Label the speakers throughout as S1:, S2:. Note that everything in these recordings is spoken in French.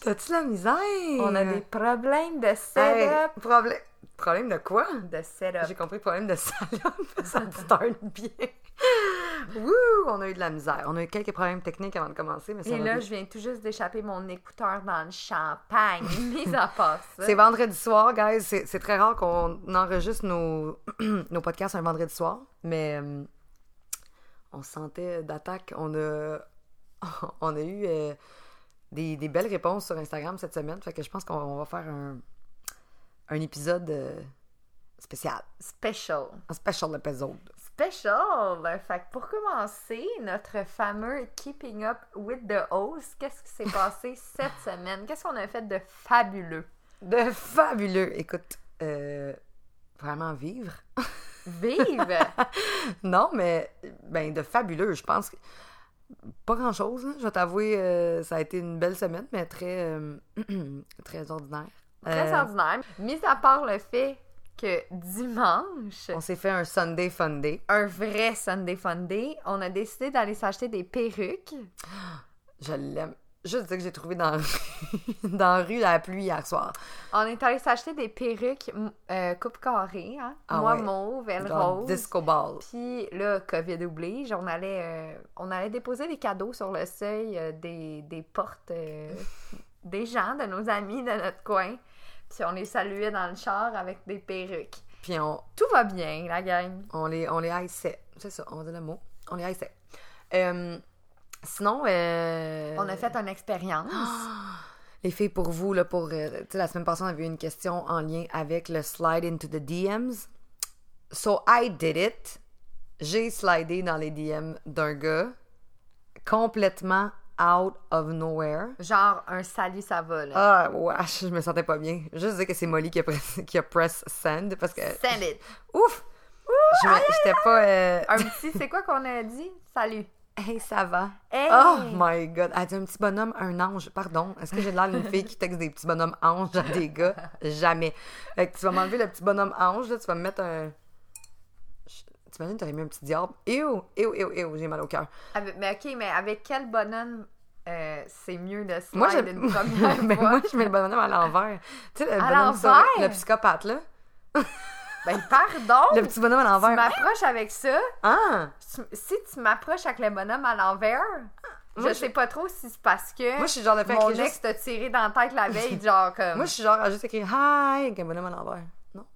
S1: T'as-tu la misère?
S2: On
S1: euh,
S2: a des problèmes de
S1: Hey,
S2: setup.
S1: problème. Problème de quoi?
S2: De setup.
S1: J'ai compris problème de salope. Ça me start bien. Wouh! On a eu de la misère. On a eu quelques problèmes techniques avant de commencer, mais ça
S2: Et
S1: va
S2: là,
S1: bien.
S2: je viens tout juste d'échapper mon écouteur dans le champagne. Mis en passe.
S1: C'est vendredi soir, guys. C'est c'est très rare qu'on enregistre nos, nos podcasts un vendredi soir, mais euh, on se sentait d'attaque. On a, on a eu euh, des, des belles réponses sur Instagram cette semaine. Fait que je pense qu'on on va faire un, un épisode euh, spécial.
S2: Special.
S1: Un special episode.
S2: Special! Fait que pour commencer, notre fameux Keeping Up with the Host, qu'est-ce qui s'est passé cette semaine? Qu'est-ce qu'on a fait de fabuleux?
S1: De fabuleux. Écoute, euh, vraiment vivre.
S2: Vive!
S1: Non, mais ben de fabuleux, je pense. que- Pas grand-chose, hein, je vais t'avouer, euh, ça a été une belle semaine, mais très, euh, très ordinaire.
S2: Très
S1: Euh,
S2: ordinaire. Mis à part le fait que dimanche,
S1: on s'est fait un Sunday Fun Day.
S2: un vrai Sunday Fun Day, on a décidé d'aller s'acheter des perruques.
S1: Je l'aime. Juste dire que j'ai trouvé dans, dans la rue la pluie hier soir.
S2: On est allé s'acheter des perruques m- euh, coupe carrée, hein?
S1: Ah
S2: moi
S1: ouais.
S2: mauve, elle
S1: Genre
S2: rose.
S1: disco ball.
S2: Puis là, COVID oblige, on allait, euh, on allait déposer des cadeaux sur le seuil euh, des, des portes euh, des gens, de nos amis, de notre coin. Puis on les saluait dans le char avec des perruques.
S1: Puis on,
S2: Tout va bien, la gang.
S1: on les, on les haïssait. C'est ça, on dit le mot. On les haïssait. Euh, sinon, euh,
S2: On a fait une expérience.
S1: Les filles, pour vous, là, pour, euh, tu sais, la semaine passée, on avait eu une question en lien avec le slide into the DMs. So I did it. J'ai slidé dans les DM d'un gars complètement out of nowhere.
S2: Genre un salut, ça va, là.
S1: Ah, wesh, je me sentais pas bien. Juste dire que c'est Molly qui a, press, qui a press send parce que.
S2: Send it.
S1: Ouf! Je me- J'étais pas. euh,
S2: Un petit, c'est quoi qu'on a dit? Salut.
S1: Hey, ça va?
S2: Hey!
S1: Oh my god! Elle dit un petit bonhomme, un ange. Pardon, est-ce que j'ai l'air d'une fille qui texte des petits bonhommes anges à des gars? Jamais. Fait que tu vas m'enlever le petit bonhomme ange, là, tu vas me mettre un. Je- T'imagines, t'aurais mis un petit diable. Ew, ew, ew, ew, j'ai mal au cœur.
S2: Avec- mais ok, mais avec quel bonhomme euh, c'est mieux de slide
S1: Moi, je...
S2: une première
S1: Ben,
S2: fois?
S1: moi, je mets le bonhomme à l'envers. Tu sais, le
S2: À
S1: bonhomme,
S2: l'envers?
S1: souris- le psychopathe, là.
S2: Ben pardon!
S1: Le petit bonhomme à
S2: Tu
S1: l'envers.
S2: m'approches avec ça,
S1: Hein?
S2: tu- si tu m'approches avec le bonhomme à l'envers,
S1: Moi,
S2: je sais pas trop si c'est parce que
S1: Moi, je suis le genre de fait
S2: mon
S1: qui
S2: ex
S1: juste-
S2: t'a tiré dans la tête la veille, genre comme.
S1: Moi, je suis genre à juste écrire hi avec un bonhomme à l'envers. Non.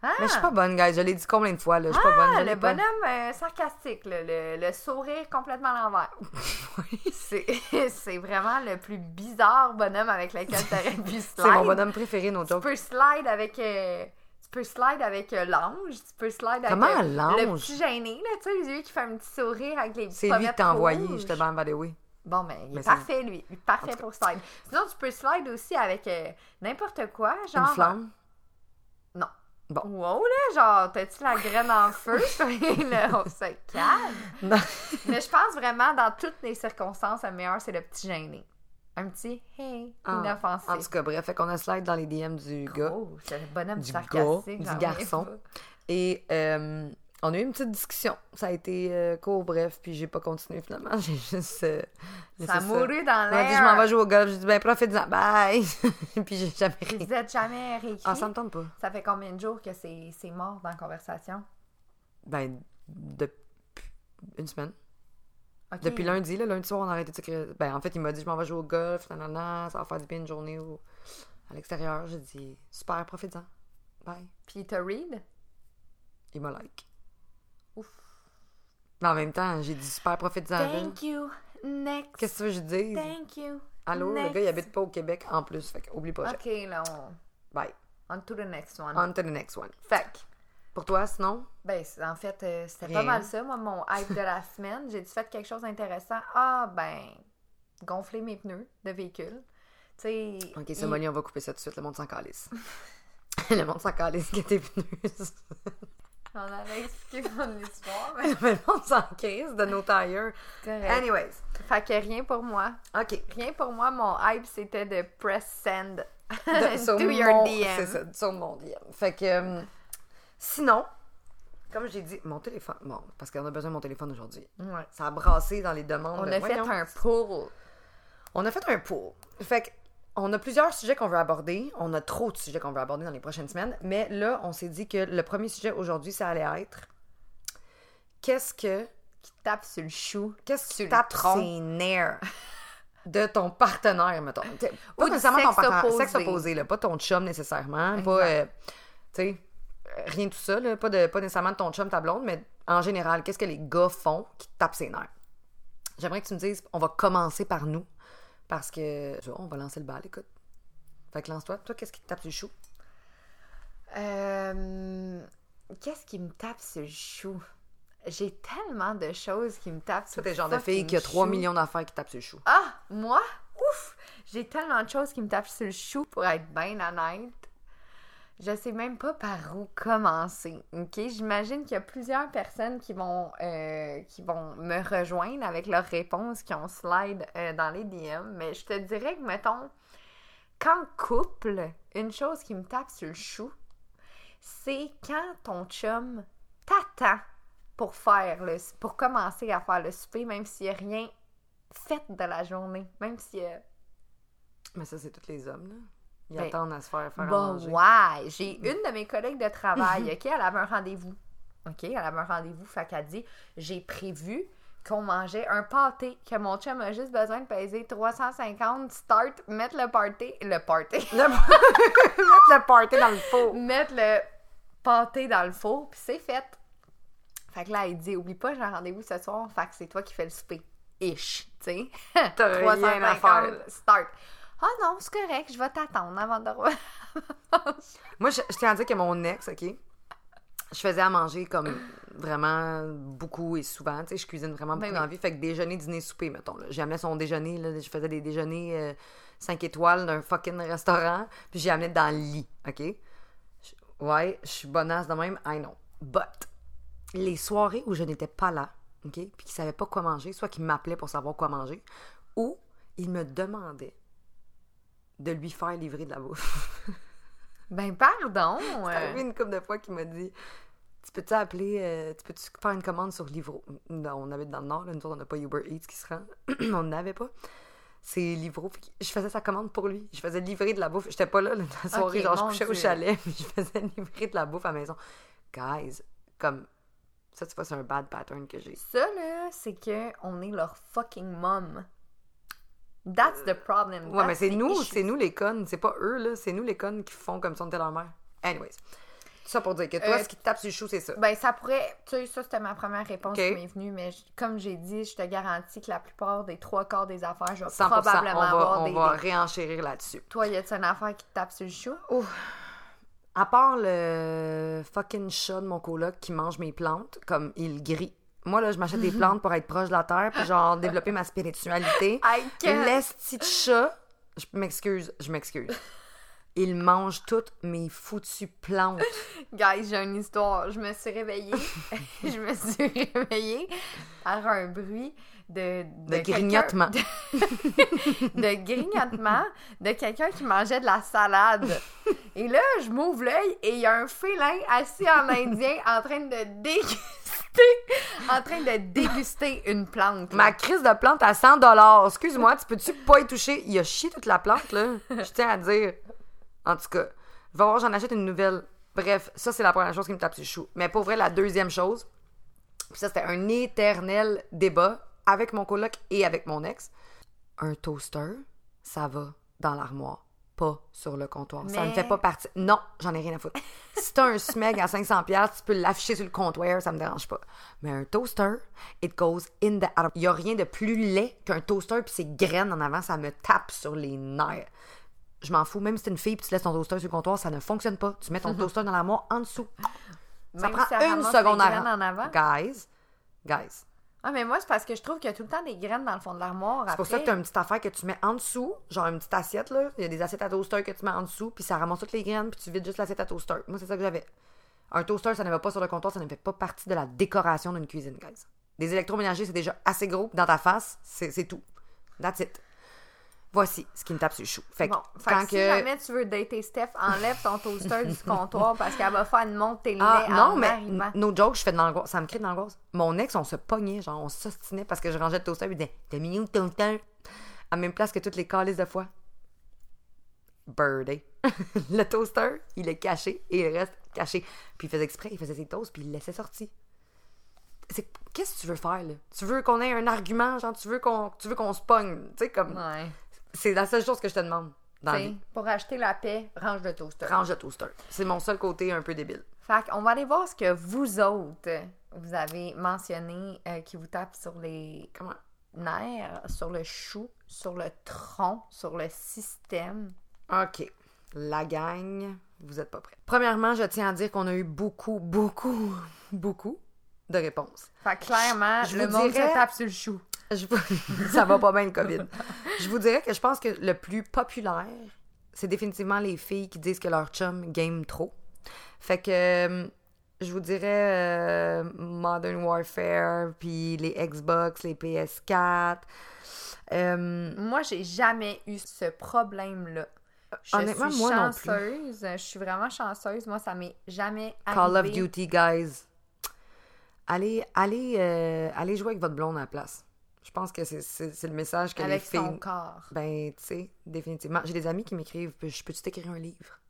S2: Ah!
S1: Mais je suis pas bonne, guys. Je l'ai dit combien de fois, là? Je suis pas bonne.
S2: Ah,
S1: je l'ai
S2: le
S1: pas.
S2: bonhomme euh, sarcastique, là, le, le sourire complètement à l'envers. C'est c'est vraiment le plus bizarre bonhomme avec lequel t'aurais pu slide.
S1: C'est mon bonhomme préféré, nos
S2: Tu
S1: jokes.
S2: peux slide avec. euh, tu peux slide avec euh, l'ange, tu peux slide avec.
S1: Comment
S2: euh, Le
S1: l'ange?
S2: petit gêné, là, tu sais, les yeux qui fait un petit sourire avec les petites
S1: C'est lui qui
S2: pommettes
S1: t'a envoyé,
S2: rouges.
S1: je te bats by the way.
S2: Bon, mais il
S1: Mais
S2: est
S1: ça-
S2: parfait, lui. Il est parfait pour slide. Sinon, tu peux slide aussi avec euh, n'importe quoi, genre.
S1: Une flamme.
S2: Non.
S1: Bon.
S2: Wow, là, genre, t'as-tu la graine en feu? Là, on se calme.
S1: Non.
S2: mais je pense vraiment, dans toutes les circonstances, le meilleur, c'est le petit gêné. Un petit hey,
S1: Ah,
S2: inoffensif.
S1: En tout cas, bref, fait qu'on a slide dans les DM du gars.
S2: Oh, c'est le bonhomme
S1: Du gars,
S2: sarcastique.
S1: du
S2: j'en reviens
S1: garçon.
S2: pas.
S1: Et euh, on a eu une petite discussion. Ça a été euh, court, bref, puis j'ai pas continué finalement. J'ai juste. euh, laissé
S2: Ça a mouru dans
S1: On m'a dit, je m'en
S2: l'air.
S1: vais jouer au golf. J'ai dit, ben, profite-en. Bye. puis j'ai jamais ri.
S2: Vous êtes jamais réécrit.
S1: Ah, ça me tente pas.
S2: Ça fait combien de jours que c'est c'est mort dans la conversation?
S1: Ben, de... une semaine.
S2: Ok.
S1: Depuis lundi, là, lundi soir, on a arrêté de s'écrire. Ben, en fait, il m'a dit, je m'en vais jouer au golf, nanana, ça va faire du bien une journée au- à l'extérieur. J'ai dit, super, profite-en. Bye.
S2: Puis te read?
S1: Il m'a like.
S2: Ouf.
S1: Mais en même temps, j'ai dit, super, profite-en. là.
S2: Thank you. Next.
S1: Ah, Qu'est-ce que tu veux que je dise?
S2: Thank you.
S1: Allô, le
S2: next.
S1: gars, il habite pas au Québec en plus. Fait que, oublie pas.
S2: OK, là, on...
S1: Bye.
S2: on to the next one.
S1: On to the next one.
S2: Fait que,
S1: Pour toi, sinon,
S2: ben, c'est- en fait, euh, c'était
S1: Rien.
S2: pas mal ça, moi, mon hype de la semaine. J'ai dû faire quelque chose d'intéressant. Ah, ben, gonfler mes pneus de véhicule. Tu sais...
S1: ok,
S2: il-
S1: Somalie, on va couper ça tout de suite. Le monde s'en calisse. le monde s'en calisse que t'es venue.
S2: On avait expliqué mon histoire, mais
S1: Mais le monde s'en crisse de nos tailleurs.
S2: correct.
S1: Anyways,
S2: Fait que rien pour moi.
S1: ok.
S2: Rien pour moi, mon hype, c'était de press send
S1: De- sur
S2: to your
S1: mon-
S2: DM.
S1: C'est ça, sur mon DM. Fait que, euh, sinon, comme j'ai dit, mon téléphone, bon, parce qu'on a besoin de mon téléphone aujourd'hui.
S2: Ouais. ben,
S1: Ça a brassé dans les demandes.
S2: On
S1: de-
S2: a fait
S1: Voyons.
S2: un pool.
S1: On a fait un pool. Fait que, on a plusieurs sujets qu'on veut aborder. On a trop de sujets qu'on veut aborder dans les prochaines semaines. Mais là, on s'est dit que le premier sujet aujourd'hui, ça allait être qu'est-ce que.
S2: Qui tape sur le chou.
S1: Qu'est-ce
S2: Sur
S1: que tu
S2: le
S1: tapes
S2: tronc.
S1: ses nerfs de ton partenaire, mettons. T'sais, Pas
S2: du
S1: nécessairement ton
S2: sexe
S1: partenaire.
S2: opposé.
S1: Sexe opposé, là. Pas ton chum nécessairement. Pas.
S2: Exact.
S1: euh, tu sais, rien de tout ça, là. Pas, de, pas nécessairement de ton chum, ta blonde, mais en général, qu'est-ce que les gars font qui te tapent ses nerfs? J'aimerais que tu me dises, on va commencer par nous, parce que tu vois, on va lancer le bal, écoute. Fait que lance-toi. Toi, qu'est-ce qui te tape du chou?
S2: Euh, Qu'est-ce qui me tape sur le chou? J'ai tellement de choses qui me tapent sur
S1: Toi,
S2: le
S1: t'es le genre de fille
S2: fucking
S1: qui a 3
S2: chou.
S1: millions d'affaires qui tapent sur le chou.
S2: Ah, moi? Ouf! J'ai tellement de choses qui me tapent sur le chou pour être bien honnête. Je sais même pas par où commencer. OK? J'imagine qu'il y a plusieurs personnes qui vont, euh, qui vont me rejoindre avec leurs réponses qui ont slide euh, dans les DM. Mais je te dirais que, mettons, qu'en couple, une chose qui me tape sur le chou, c'est quand ton chum t'attend pour faire le, pour commencer à faire le souper, même s'il n'y a rien fait de la journée, même si... euh,
S1: Mais ça, c'est tous les hommes, là. Ils
S2: Ben,
S1: attendent à se faire faire à
S2: Bon,
S1: manger.
S2: ouais, j'ai une de mes collègues de travail, OK, elle avait un rendez-vous. OK, elle avait un rendez-vous, fait qu'elle dit, j'ai prévu qu'on mangeait un pâté, que mon chum a juste besoin de peser 350, start, mettre le pâté, le pâté,
S1: Mettre le party dans le four.
S2: mettre le pâté dans le four, puis c'est fait. Fait que là, elle dit, oublie pas, j'ai un rendez-vous ce soir, fait que c'est toi qui fais le souper. Ish, tu sais.
S1: T'as rien à faire.
S2: 350, start. Ah non, c'est correct, je vais t'attendre avant de re-
S1: Moi, je, je tiens à dire que mon ex, OK, je faisais à manger comme vraiment beaucoup et souvent. Tu sais, je cuisine vraiment beaucoup
S2: Ben
S1: dans la
S2: oui.
S1: vie. Fait que déjeuner, dîner, souper, mettons. là. J'amenais son déjeuner. Là, je faisais des déjeuners 5 étoiles d'un fucking restaurant. Puis j'y amenais dans le lit, OK? Je- ouais, je suis bonasse de même, I know. But, les soirées où je n'étais pas là, OK, puis qu'ils ne savaient pas quoi manger, soit qu'ils m'appelaient pour savoir quoi manger, ou ils me demandaient de lui faire livrer de la bouffe.
S2: Ben pardon. euh,
S1: C'est arrivé une couple de fois qui m'a dit Tu peux-tu appeler, euh, tu peux-tu faire une commande sur Livro Non, on habite dans le Nord, là, nous autres, on n'a pas Uber Eats qui se rend. on n'avait pas. C'est Livro. Fait que Je faisais sa commande pour lui. Je faisais livrer de la bouffe. J'étais pas là là, la soirée,
S2: Ok,
S1: genre, je
S2: mon
S1: couchais au
S2: Dieu.
S1: chalet, puis je faisais livrer de la bouffe à la maison. Guys, comme. Ça, tu vois, c'est un bad pattern que j'ai.
S2: Ça là, c'est que on est leur fucking mom. That's the problem.
S1: Ouais, mais
S2: That's
S1: c'est
S2: the
S1: nous,
S2: issue.
S1: c'est nous les connes. C'est pas eux, là. C'est nous les connes qui font comme si on était leur mère. Anyways. Ça pour dire que toi,
S2: Euh,
S1: ce qui te tape sur le chou, c'est ça.
S2: Ben ça pourrait, tu sais, ça c'était ma première réponse
S1: Ok.
S2: qui m'est venue, mais je- comme j'ai dit, je te garantis que la plupart des trois quarts des affaires, je vais
S1: 100%,
S2: probablement
S1: on va,
S2: avoir
S1: on
S2: des,
S1: va Oh,
S2: des-
S1: réenchérir là-dessus.
S2: Toi, y a-t-il une affaire qui te tape sur le chou
S1: À part le fucking chat de mon coloc qui mange mes plantes, comme il grille. Moi, là, je m'achète des plantes pour être proche de la terre, puis genre développer ma spiritualité.
S2: I can't.
S1: L'esti de chat, je m'excuse, je m'excuse. Il mange toutes mes foutues plantes.
S2: Guys, j'ai une histoire. Je me suis réveillée. je me suis réveillée par un bruit de...
S1: De
S2: quelqu'un-
S1: grignotement.
S2: de grignotement de quelqu'un qui mangeait de la salade. Et là, je m'ouvre l'œil et il y a un félin assis en indien en train de déguster, en train de déguster une plante.
S1: Ma crise de plante à 100 dollars. Excuse-moi, tu peux-tu pas y toucher? Il a chié toute la plante, là. Je tiens à dire. En tout cas, va voir, j'en achète une nouvelle. Bref, ça, c'est la première chose qui me tape sur le chou. Mais pour vrai, la deuxième chose, puis ça, c'était un éternel débat avec mon coloc et avec mon ex. Un toaster, ça va dans l'armoire, pas sur le comptoir. Ça
S2: Mais-
S1: ne fait pas partie. Non, j'en ai rien à foutre. si t'as un smeg à 500$, piastres, tu peux l'afficher sur le comptoir, ça me dérange pas. Mais un toaster, it goes in the arm. Il y a rien de plus laid qu'un toaster puis ses graines en avant, ça me tape sur les nerfs. Je m'en fous, même si t'es une fille puis tu laisses ton toaster sur le comptoir, ça ne fonctionne pas. Tu mets ton toaster dans l'armoire en dessous. Ça
S2: Même
S1: prend
S2: si elle
S1: une
S2: ramasse
S1: seconde
S2: les
S1: à
S2: graines en avant.
S1: Guys, guys.
S2: Ah, mais moi, c'est parce que je trouve qu'il y a tout le temps des graines dans le fond de l'armoire.
S1: C'est pour ça que t'as une petite affaire que tu mets en dessous, genre une petite assiette, là. Il y a des assiettes à toaster que tu mets en dessous, puis ça ramasse toutes les graines, puis tu vides juste l'assiette à toaster. Moi, c'est ça que j'avais. Un toaster, ça ne va pas sur le comptoir, ça ne fait pas partie de la décoration d'une cuisine, guys. Des électroménagers, c'est déjà assez gros, puis dans ta face, c'est c'est tout. That's it. Voici ce qui me tape sur le chou. Fait que,
S2: Bon, fait
S1: quand
S2: que si
S1: que-
S2: jamais tu veux dater Steph, enlève ton toaster du comptoir parce qu'elle va faire une montée de
S1: Ah,
S2: lait en
S1: non, mais
S2: arrivant.
S1: n- no joke, je fais de l'angoisse. Ça me crée de l'angoisse. Mon ex, on se pognait, genre, on s'ostinait parce que je rangeais le toaster. Il disait, t'as mis où le toaster? à la même place que toutes les calices de foie. Birdie. le toaster, il est caché et il reste caché. Puis il faisait exprès, il faisait ses toasts, puis il le laissait sortir. C'est- Qu'est-ce que tu veux faire, là? Tu veux qu'on ait un argument, genre, tu veux qu'on tu veux qu'on se pogne. Tu sais, comme.
S2: Ouais.
S1: C'est la seule chose que je te demande dans la
S2: T'sais,
S1: vie.
S2: Pour acheter la paix, range le toaster.
S1: Range le toaster. C'est mon seul côté un peu débile.
S2: Fait qu'on va aller voir ce que vous autres, vous avez mentionné euh, qui vous tape sur les
S1: Comment?
S2: nerfs, sur le chou, sur le tronc, sur le système.
S1: OK. La gang, vous êtes pas prêts. Premièrement, je tiens à dire qu'on a eu beaucoup, beaucoup, beaucoup de réponses.
S2: Fait que clairement,
S1: Je- je
S2: le
S1: vous
S2: monde
S1: dirais-
S2: se tape sur le chou.
S1: Je vous- Ça va pas bien le COVID. Je vous dirais que je pense que le plus populaire, c'est définitivement les filles qui disent que leur chum game trop. Fait que euh, je vous dirais euh, Modern Warfare, puis les Xbox, les PS4. Euh,
S2: Moi, j'ai jamais eu ce problème-là. Je
S1: Honnêtement,
S2: suis
S1: moi non plus.
S2: chanceuse. Je suis vraiment chanceuse. Moi, ça m'est jamais
S1: Call of
S2: arrivé.
S1: Duty, guys. Allez, allez, euh, allez jouer avec votre blonde à la place. Je pense que c'est- c'est c'est le message que
S2: avec
S1: les filles.
S2: son corps.
S1: Ben, tu sais, définitivement. J'ai des amis qui m'écrivent Je peux-tu t'écrire un livre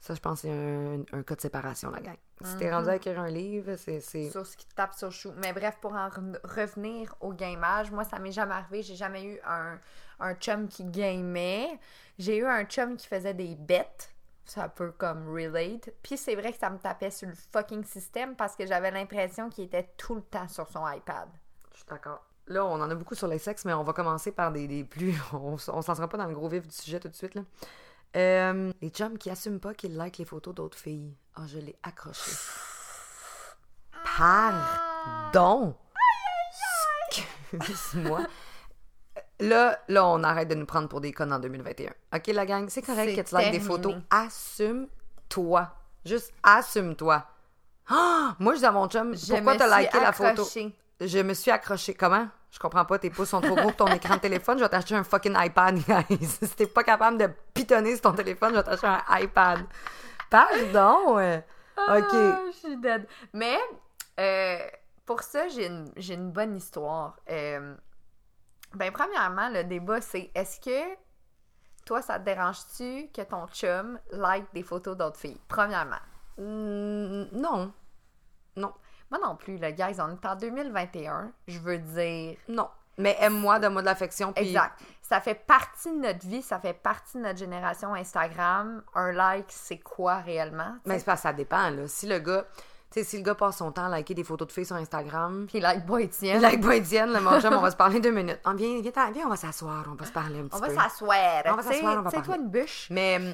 S1: Ça, je pense que c'est un, un cas de séparation, la Bah, gang. Si t'es
S2: Mm-hmm.
S1: rendu à écrire un livre, c'est. c'est-
S2: Mhm. sur ce qui te tape sur le chou. Mais bref, pour en re- revenir au gamage, moi, ça m'est jamais arrivé. J'ai jamais eu un, un chum qui gamait. J'ai eu un chum qui faisait des bêtes. Ça peut comme relate. Puis c'est vrai que ça me tapait sur le fucking système parce que j'avais l'impression qu'il était tout le temps sur son iPad.
S1: Je suis d'accord. Là, on en a beaucoup sur les sexes, mais on va commencer par des, des plus. On, s- on se lancera pas dans le gros vif du sujet tout de suite, là. Euh, les chums qui assument pas qu'ils likent les photos d'autres filles. Ah, je l'ai accroché. Pardon! Excuse-moi. Là, là, on arrête de nous prendre pour des connes en 2021. OK, la gang, c'est correct
S2: C'est
S1: que tu likes des
S2: terminé.
S1: photos. Assume-toi. Juste assume-toi. Ah! moi, je dis à mon chum,
S2: Je
S1: pourquoi
S2: me
S1: t'as
S2: suis
S1: liké la photo?
S2: accrochée.
S1: Je me suis accrochée. Comment? Je comprends pas, tes pouces sont trop gros pour ton écran de téléphone. Je vais t'acheter un fucking iPad, guys. si t'es pas capable de pitonner sur ton téléphone, je vais t'acheter un iPad. Pardon! euh.
S2: Ah,
S1: OK.
S2: je suis dead. Mais euh, pour ça, j'ai une, j'ai une bonne histoire. Euh, ben, premièrement, le débat, c'est est-ce que toi, ça te dérange-tu que ton chum like des photos d'autres filles? Premièrement.
S1: Mm, non. Non.
S2: Moi non plus, le guys, on est en 2021. Je veux dire.
S1: Non. Mais aime-moi, donne-moi de l'affection. puis-
S2: Exact. Ça fait partie de notre vie, ça fait partie de notre génération Instagram. Un like, c'est quoi réellement?
S1: Mais c'est pas, ça dépend, là. Si le gars, tu sais, si le gars passe son temps à liker des photos de filles sur Instagram,
S2: Puis like, boy, tiens.
S1: like boy Diane, le mon chum, on va se parler deux minutes. On vient, viens, t'en- viens, on va s'asseoir, on va se parler un petit
S2: On va
S1: peu.
S2: s'asseoir.
S1: On va
S2: Tu sais-
S1: s'asseoir, on va
S2: tu sais, toi,
S1: parler.
S2: une bûche.
S1: Mais euh,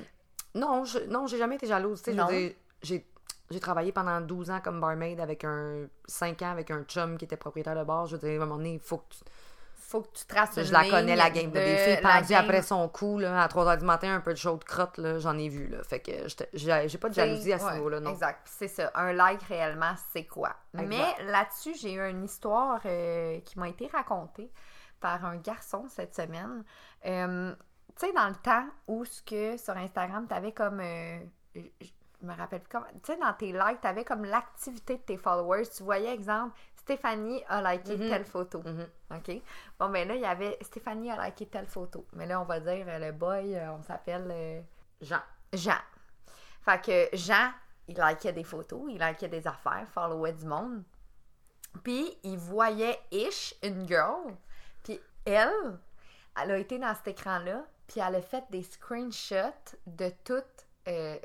S1: non, je, non, j'ai jamais été jalouse. tu sais, je veux
S2: Non.
S1: dire, j'ai j'ai travaillé pendant 12 ans comme barmaid avec un 5 ans avec un chum qui était propriétaire de bar. Je veux dire, à un moment donné, il faut que tu-
S2: faut que tu traces une
S1: je la
S2: ligne
S1: connais la game
S2: de
S1: là, des filles
S2: la
S1: pendues
S2: game.
S1: après son cou là, à 3h du matin un peu de chaud de crotte là, j'en ai vu là. Fait que j'étais- j'ai j'ai pas de jalousie à ce
S2: Ouais,
S1: niveau-là non.
S2: Exact. Puis C'est ça. Un like réellement, c'est quoi?
S1: Exact.
S2: Mais là-dessus, j'ai eu une histoire euh, qui m'a été racontée par un garçon cette semaine. Euh, tu sais, dans le temps où ce que sur Instagram, tu avais comme. euh, je je me rappelle plus comment. Tu sais, dans tes likes, tu avais comme l'activité de tes followers. Tu voyais, exemple, Stéphanie a liké
S1: Mhm.
S2: telle photo.
S1: Mhm.
S2: OK? Bon, ben là, il y avait Stéphanie a liké telle photo. Mais là, on va dire, euh, le boy, euh, on s'appelle. euh,
S1: Jean.
S2: Jean. Fait que Jean, il likait des photos, il likait des affaires, followait du monde. Puis il voyait Ish, une girl. Puis elle, elle a été dans cet écran-là, puis elle a fait des screenshots de toutes euh,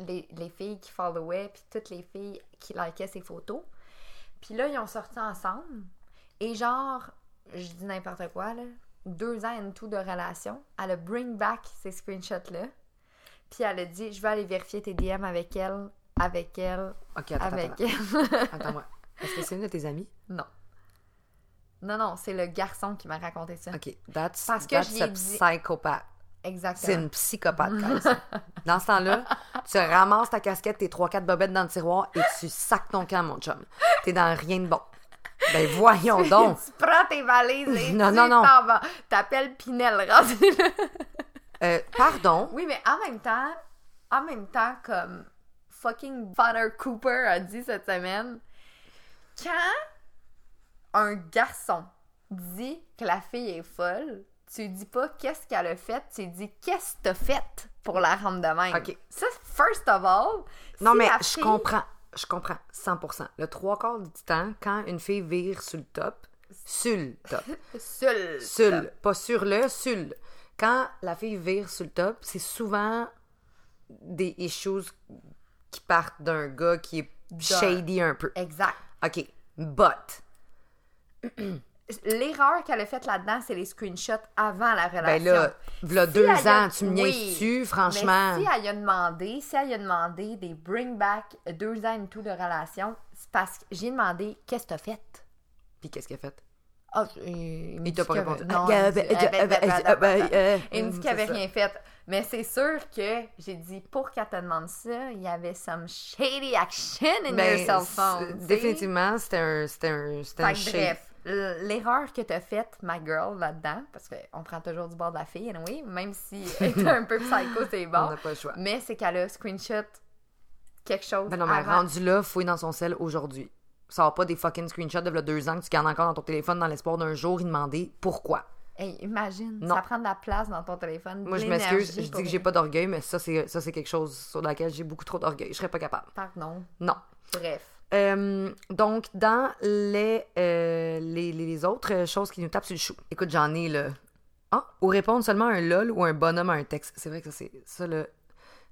S2: les, les filles qui followaient, puis toutes les filles qui likaient ses photos. Puis là, ils ont sorti ensemble. Et genre, je dis n'importe quoi, là, deux ans et tout de relation, elle a bring back ces screenshots-là. Puis elle a dit, je vais aller vérifier tes DM avec elle, avec elle,
S1: OK, attends.
S2: avec
S1: attends,
S2: elle.
S1: attends. Attends-moi. Est-ce que c'est une de tes amies
S2: non. Non, non, c'est le garçon qui m'a raconté ça.
S1: OK, that's
S2: Parce que
S1: that's
S2: je lui ai
S1: a
S2: dit-
S1: psychopath. C'est
S2: Exactement.
S1: une psychopathe, guys. Dans ce temps-là, tu ramasses ta casquette, tes 3-4 bobettes dans le tiroir et tu sacs ton camp, mon chum. T'es dans rien de bon. Ben voyons donc.
S2: tu prends tes valises et
S1: Non,
S2: tu
S1: non, non.
S2: t'en vas. T'appelles Pinel, rendu là.
S1: Euh, pardon.
S2: Oui, mais en même temps, en même temps, comme fucking Potter Cooper a dit cette semaine, quand un garçon dis que la fille est folle, tu dis pas qu'est-ce qu'elle a fait, tu dis qu'est-ce que t'as fait pour la rendre de même.
S1: Ok.
S2: Ça, first of all.
S1: Non,
S2: si
S1: mais
S2: la
S1: je
S2: fille-
S1: comprends. Je comprends, 100%. Le trois quarts du temps, quand une fille vire sur le top, sur le top,
S2: Seule.
S1: sur le, pas sur le, sur le. Quand la fille vire sur le top, c'est souvent des issues qui partent d'un gars qui est shady un peu.
S2: Exact.
S1: OK, but,
S2: L'erreur qu'elle a faite là-dedans, c'est les screenshots avant la relation.
S1: ben là, v'là
S2: Si
S1: deux
S2: elle a-
S1: ans, tu me
S2: oui,
S1: niaises-tu, franchement?
S2: Mais si elle y a demandé, si elle y a demandé des bring back euh, deux ans et tout de relation, c'est parce que j'ai demandé qu'est-ce que t'as fait.
S1: Puis qu'est-ce qu'elle a fait?
S2: Ah, il me
S1: Il t'a
S2: dit
S1: pas
S2: que-
S1: répondu.
S2: Non,
S1: Ah,
S2: il me
S1: euh,
S2: dit-
S1: euh,
S2: eh, ben,
S1: euh,
S2: ben, ben,
S1: euh,
S2: ben, ben,
S1: euh,
S2: ben.
S1: euh,
S2: Il me dit
S1: euh,
S2: qu'il avait
S1: c'est ça.
S2: rien fait. Mais c'est sûr que j'ai dit pour qu'elle te demande ça, il y avait some shady action in
S1: Ben,
S2: your cell
S1: c'est-
S2: phone. tu sais.
S1: Définitivement, c'était un, c'était un, c'était
S2: Fait
S1: un
S2: que
S1: shit.
S2: bref, l- l'erreur que t'as faite, ma girl, là-dedans, parce qu'on prend toujours du bord de la fille, anyway, même si elle est un peu psycho, c'est
S1: On
S2: bon.
S1: n'a pas le choix.
S2: Mais c'est qu'elle a screenshot quelque chose.
S1: Ben non, mais
S2: avant.
S1: rendu là, fouille dans son sel aujourd'hui. Sors pas des fucking screenshots de v'là deux ans que tu gardes encore dans ton téléphone dans l'espoir d'un jour y demander pourquoi.
S2: Hey, imagine,
S1: Non.
S2: ça prend de la place dans ton téléphone. de
S1: Moi, je
S2: l'énergie
S1: m'excuse, je dis
S2: pour
S1: que
S2: rien.
S1: j'ai pas d'orgueil, mais ça, c'est ça, c'est quelque chose sur laquelle j'ai beaucoup trop d'orgueil. Je serais pas capable.
S2: Pardon.
S1: Non.
S2: Bref.
S1: Euh, donc, dans les, euh, les, les- les autres choses qui nous tapent sur le chou. Écoute, j'en ai là. Ah, ou répondre seulement à un lol ou un bonhomme à un texte. C'est vrai que ça, c'est ça, le.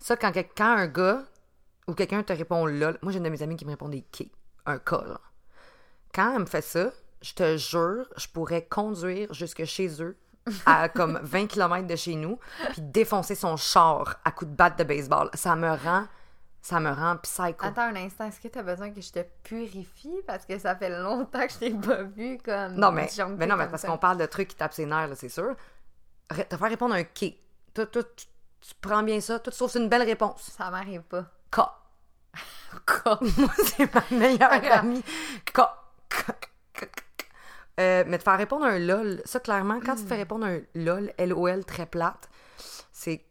S1: Ça, quand, quel- quand un gars ou quelqu'un te répond lol, moi, j'ai une de mes amies qui me répond des quais, un cas, là. Quand elle me fait ça, je te jure, je pourrais conduire jusque chez eux, à comme 20 km de chez nous, puis défoncer son char à coups de batte de baseball. Ça me rend. Ça me rend psycho.
S2: Attends un instant, est-ce que t'as besoin que je te purifie? Parce que ça fait longtemps que je t'ai pas vu comme.
S1: Non, mais,
S2: disjonctée
S1: mais non, mais
S2: comme
S1: parce
S2: ça.
S1: qu'on parle de trucs qui tapent ses nerfs, là, c'est sûr. Ré- Te faire répondre un quai. Toi, toi, tu, tu prends bien ça, tout sauf une belle réponse.
S2: Ça m'arrive pas.
S1: K. Moi, c'est ma meilleure
S2: grave.
S1: amie. K. K. K. K. Euh, mais te faire répondre un lol, ça clairement, quand tu
S2: Hmm.
S1: te fais répondre un lol, LOL très plate, c'est.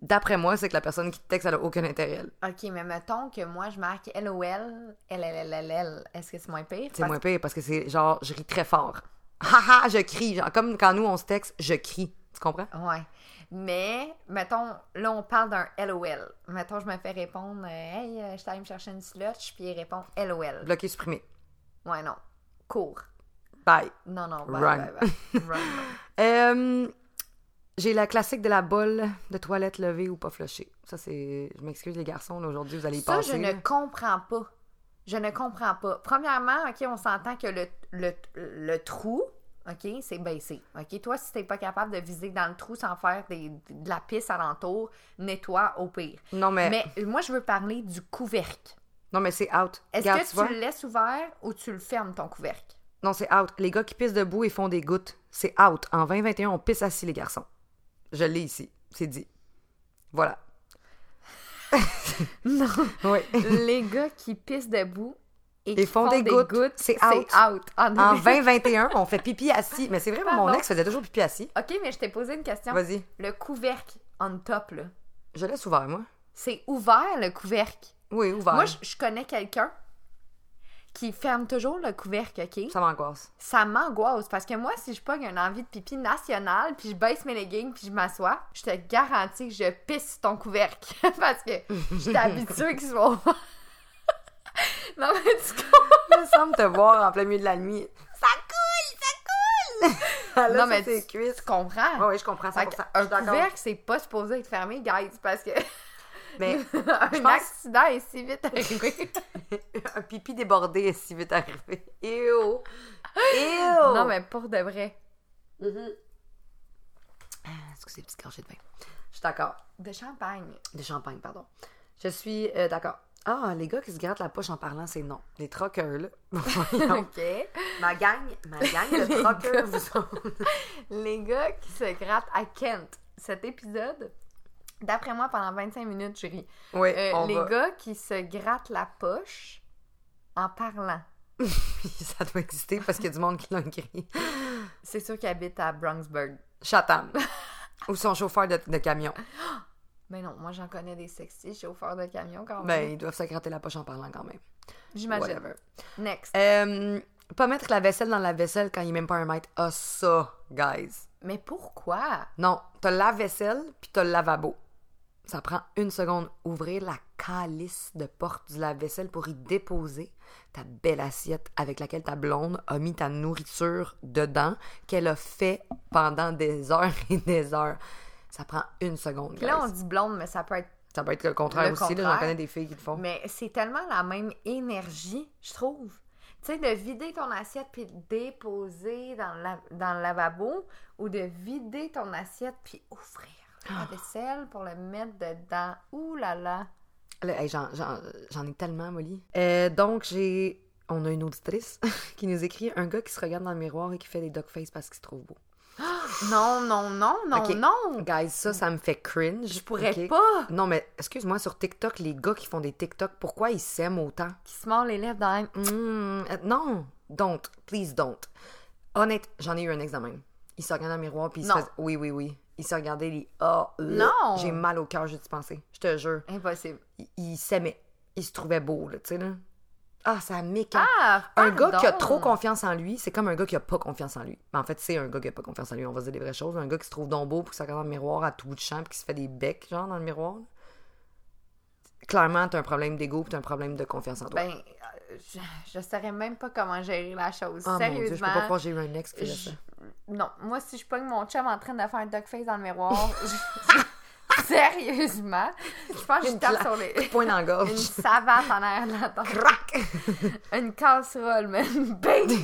S1: D'après moi, c'est que la personne qui te texte, elle a aucun intérêt. elle.
S2: Ok, mais mettons que moi je marque LOL, LLLL. Est-ce que c'est moins pire?
S1: C'est
S2: Parce-
S1: moins pire parce que c'est genre, je ris très fort. Haha, je crie. Genre, comme quand nous, on se texte, je crie. Tu comprends?
S2: Ouais. Mais, mettons, là on parle d'un LOL. Mettons, je me fais répondre, euh, hey, euh, je t'aille me chercher une slotch, puis il répond LOL.
S1: Bloqué, supprimé.
S2: Ouais, non. Cours.
S1: Bye.
S2: Non, non, bye,
S1: Run.
S2: bye, bye. Run, bye.
S1: Euh, j'ai la classique de la bolle de toilette levée ou pas flushée. Ça, c'est. Je m'excuse, les garçons, là, aujourd'hui, vous allez y
S2: Ça,
S1: passer.
S2: je ne
S1: là.
S2: comprends pas. Je ne comprends pas. Premièrement, OK, on s'entend que le, le, le trou, OK, c'est baissé. OK, toi, si t'es pas capable de viser dans le trou sans faire des- de la pisse alentour, nettoie au pire.
S1: Non, mais,
S2: Mais euh, moi, je veux parler du couvercle.
S1: non, mais c'est out.
S2: Est-ce
S1: Regarde,
S2: que
S1: tu
S2: tu,
S1: vois?
S2: le laisses ouvert ou tu le fermes, ton couvercle?
S1: Non, c'est out. Les gars qui pissent debout et font des gouttes, c'est out. En 2021, on pisse assis, les garçons. Je l'ai ici. C'est dit. Voilà.
S2: Non.
S1: Oui.
S2: Les gars qui pissent debout et qui
S1: Ils font des gouttes, c'est out.
S2: En,
S1: En
S2: 20...
S1: 2021, on fait pipi assis. Mais c'est vrai, moi, mon
S2: Pardon.
S1: ex faisait toujours pipi assis.
S2: OK, mais je t'ai posé une question.
S1: Vas-y.
S2: Le couvercle on top, là,
S1: Je laisse ouvert, moi.
S2: c'est ouvert, le couvercle?
S1: Oui, ouvert.
S2: Moi, je, je connais quelqu'un qui ferme toujours le couvercle, OK?
S1: Ça m'angoisse.
S2: Ça m'angoisse parce que moi, si je pogne une envie de pipi nationale, puis je baisse mes leggings, puis je m'assois, je te garantis que je pisse sur ton couvercle parce que je suis habituée qu'il soit ouvert. Non, mais tu
S1: Il me semble te voir en plein milieu de la nuit. Ça coule, ça coule!
S2: Non, mais
S1: c'est
S2: tu-
S1: cuisses.
S2: comprends.
S1: Oui, oui, je comprends ça.
S2: Fait
S1: Je suis
S2: un
S1: d'accord.
S2: couvercle, c'est pas supposé être fermé, guys, parce que
S1: Mais
S2: un
S1: Je pense-
S2: accident est si vite arrivé.
S1: un pipi débordé est si vite arrivé. Ew! Ew! Mm-hmm.
S2: non, mais pour de vrai.
S1: Ah, Excusez, petite gorgée de vin. Je suis d'accord.
S2: De champagne.
S1: De champagne, pardon. Je suis euh, d'accord. Ah, les gars qui se grattent la poche en parlant, c'est non. Les troqueurs, là. Voyons.
S2: OK.
S1: ma gang, ma gang de
S2: Les gars.
S1: troqueurs, vous autres.
S2: Les gars qui se grattent à Kent. Cet épisode, d'après moi, pendant 25 minutes, je ris.
S1: Oui,
S2: Euh,
S1: on
S2: les
S1: va.
S2: gars qui se grattent la poche en parlant.
S1: Ça doit exister parce qu'il y a du monde qui l'a écrit.
S2: C'est sûr qu'ils habitent à Bronxburg.
S1: Chatham. Ou son chauffeur de, de camion.
S2: Mais non, moi, j'en connais des sexy chauffeurs de camion quand
S1: Ben,
S2: même.
S1: ils doivent se gratter la poche en parlant quand même.
S2: J'imagine.
S1: whatever.
S2: Next.
S1: Euh, Pas mettre la vaisselle dans la vaisselle quand il n'y a même pas un mètre. Ah, ça, guys.
S2: Mais pourquoi?
S1: Non, t'as la vaisselle puis t'as le lavabo. Ça prend une seconde. Ouvrir la calice de porte du lave-vaisselle pour y déposer ta belle assiette avec laquelle ta blonde a mis ta nourriture dedans qu'elle a fait pendant des heures et des heures. Ça prend une seconde.
S2: Puis là, on
S1: guys.
S2: dit blonde, mais ça peut être.
S1: Ça peut être le contraire
S2: Le
S1: aussi. là, J'en
S2: contraire.
S1: connais des filles qui le font.
S2: Mais c'est tellement la même énergie, je trouve. Tu sais, de vider ton assiette puis de déposer dans, le la- dans le lavabo ou de vider ton assiette puis ouvrir la
S1: Ah.
S2: vaisselle pour le mettre dedans. Ouh là là!
S1: Là, hey, j'en- J'en j'en ai tellement, Molly. Euh, donc, j'ai. On a une auditrice qui nous écrit un gars qui se regarde dans le miroir et qui fait des dog face parce qu'il se trouve beau.
S2: Non, non, non, non,
S1: Ok.
S2: non!
S1: Guys, ça, ça me fait cringe.
S2: Je pourrais
S1: ok?
S2: pas!
S1: Non, mais excuse-moi, sur TikTok, les gars qui font des TikTok, pourquoi ils s'aiment autant?
S2: Qui se mord les lèvres dans la-
S1: Hmm, euh, non, don't, please don't. Honnête, j'en ai eu un examen. Il se regardait dans le miroir, puis il se
S2: Non.
S1: faisait- Oui, oui, oui. Il se regardait, il... Ah, euh,
S2: Non.
S1: J'ai mal au cœur, j'ai dû penser. Je te jure.
S2: Impossible.
S1: Il, il s'aimait. Il se trouvait beau, là, tu sais, là. Ah, ça m'écarte.
S2: Ah!
S1: Un gars qui a
S2: pardon.
S1: trop confiance en lui, c'est comme un gars qui a pas confiance en lui. Mais en fait, c'est un gars qui a pas confiance en lui. On va se dire les vraies choses. Un gars qui se trouve dans beau pour ça regarde dans le miroir à tout bout de champ puis qui se fait des becs, genre, dans le miroir. là. Clairement, t'as un problème d'ego puis t'as un problème de confiance en toi.
S2: Ben, euh, je, je saurais même pas comment gérer la chose.
S1: Ah, mon
S2: Sérieusement.
S1: Dieu, je peux pas croire que j'ai eu un ex qui faisait
S2: Je-
S1: ça.
S2: Non, moi, si je pogne mon chum en train de faire un duckface dans le miroir, je- sérieusement, je pense que je
S1: Une
S2: tape
S1: claque.
S2: sur les...
S1: Point dans la
S2: une
S1: gorge.
S2: savate en l'air de la tête.
S1: Crac!
S2: Une casserole, man. Bing!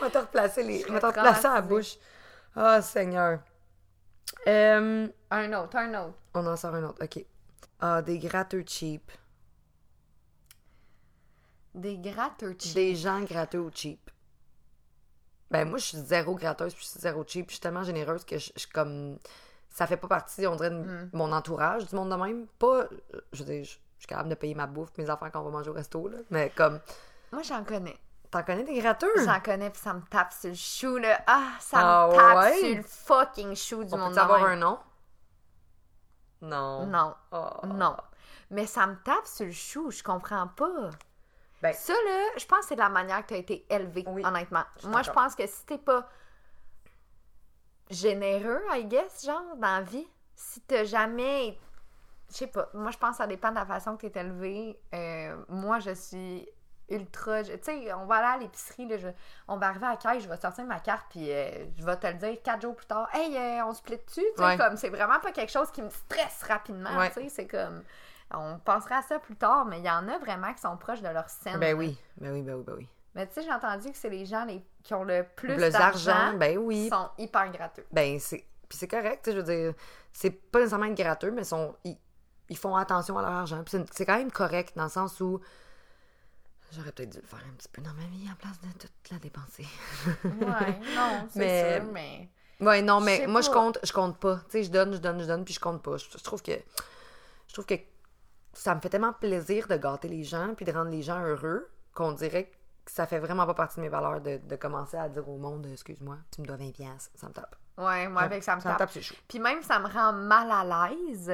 S1: On va te replacer, les... on va te
S2: serais
S1: replacer à la
S2: traumatisée.
S1: bouche. Ah, Seigneur. Euh,
S2: Un autre, un autre.
S1: on en sort un autre. OK. Ah, des gratteux cheap.
S2: Des gratteurs cheap.
S1: Des gens gratteux ou cheap. Ben moi, je suis zéro gratteuse, puis je suis zéro cheap. Je suis tellement généreuse que je je suis comme... Ça fait pas partie, on dirait, de
S2: Mm.
S1: mon entourage, du monde de même. Pas... Je veux dire, je je suis capable de payer ma bouffe, mes affaires quand on va manger au resto, là. Mais comme...
S2: Moi, j'en connais.
S1: T'en connais des gratteux?
S2: J'en connais, puis ça me tape sur le chou, là. Ah, ça me
S1: Hmm. Ah
S2: tape
S1: ouais?
S2: sur le fucking chou du
S1: On
S2: monde
S1: peut avoir
S2: de
S1: un
S2: même.
S1: nom? Non.
S2: Non,
S1: Ah.
S2: non. Mais ça me tape sur le chou, je comprends pas.
S1: Ben-
S2: Ça, là, je pense que c'est de la manière que tu as été élevé,
S1: Oui,
S2: honnêtement.
S1: je suis
S2: Moi, je
S1: d'accord.
S2: pense que si t'es pas généreux, I guess, genre, dans la vie, si t'as jamais. Je sais pas. Moi, je pense que ça dépend de la façon que t'es élevé. Euh, moi, je suis ultra. je- Tu sais, on va aller à l'épicerie, là, je- on va arriver à la caisse, je vais sortir ma carte, puis euh, je vais te le dire quatre jours plus tard. Hey, euh, on split dessus, tu sais,
S1: Ouais.
S2: comme c'est vraiment pas quelque chose qui me stresse rapidement,
S1: Ouais.
S2: tu sais, c'est comme. On pensera à ça plus tard, mais il y en a vraiment qui sont proches de leur scène.
S1: Ben oui, ben oui, ben oui, ben oui.
S2: Mais tu sais, j'ai entendu que c'est les gens les... qui ont le plus
S1: Plus d'argent,
S2: d'argent
S1: ben
S2: qui
S1: oui.
S2: sont hyper gratteux.
S1: Ben c'est... Puis c'est correct, tu sais, je veux dire, c'est pas nécessairement être gratteux, mais sont... ils... ils font attention à leur argent. Puis c'est- c'est quand même correct, dans le sens où... J'aurais peut-être dû le faire un petit peu dans ma vie, en place de toute la dépenser.
S2: Ouais, non, c'est
S1: Mais-
S2: sûr, mais...
S1: Ouais, non,
S2: Je
S1: mais
S2: sais
S1: moi, je
S2: pas.
S1: compte, je compte pas. Tu sais, je donne, je donne, je donne, puis je compte pas. Je, je trouve que... Je trouve que ça me fait tellement plaisir de gâter les gens, puis de rendre les gens heureux, qu'on dirait que ça fait vraiment pas partie de mes valeurs de, de commencer à dire au monde, excuse-moi, tu me dois 20 piastres, ça me tape.
S2: Ouais, moi, avec ça me tape.
S1: c'est chaud.
S2: Puis même, ça me rend mal à l'aise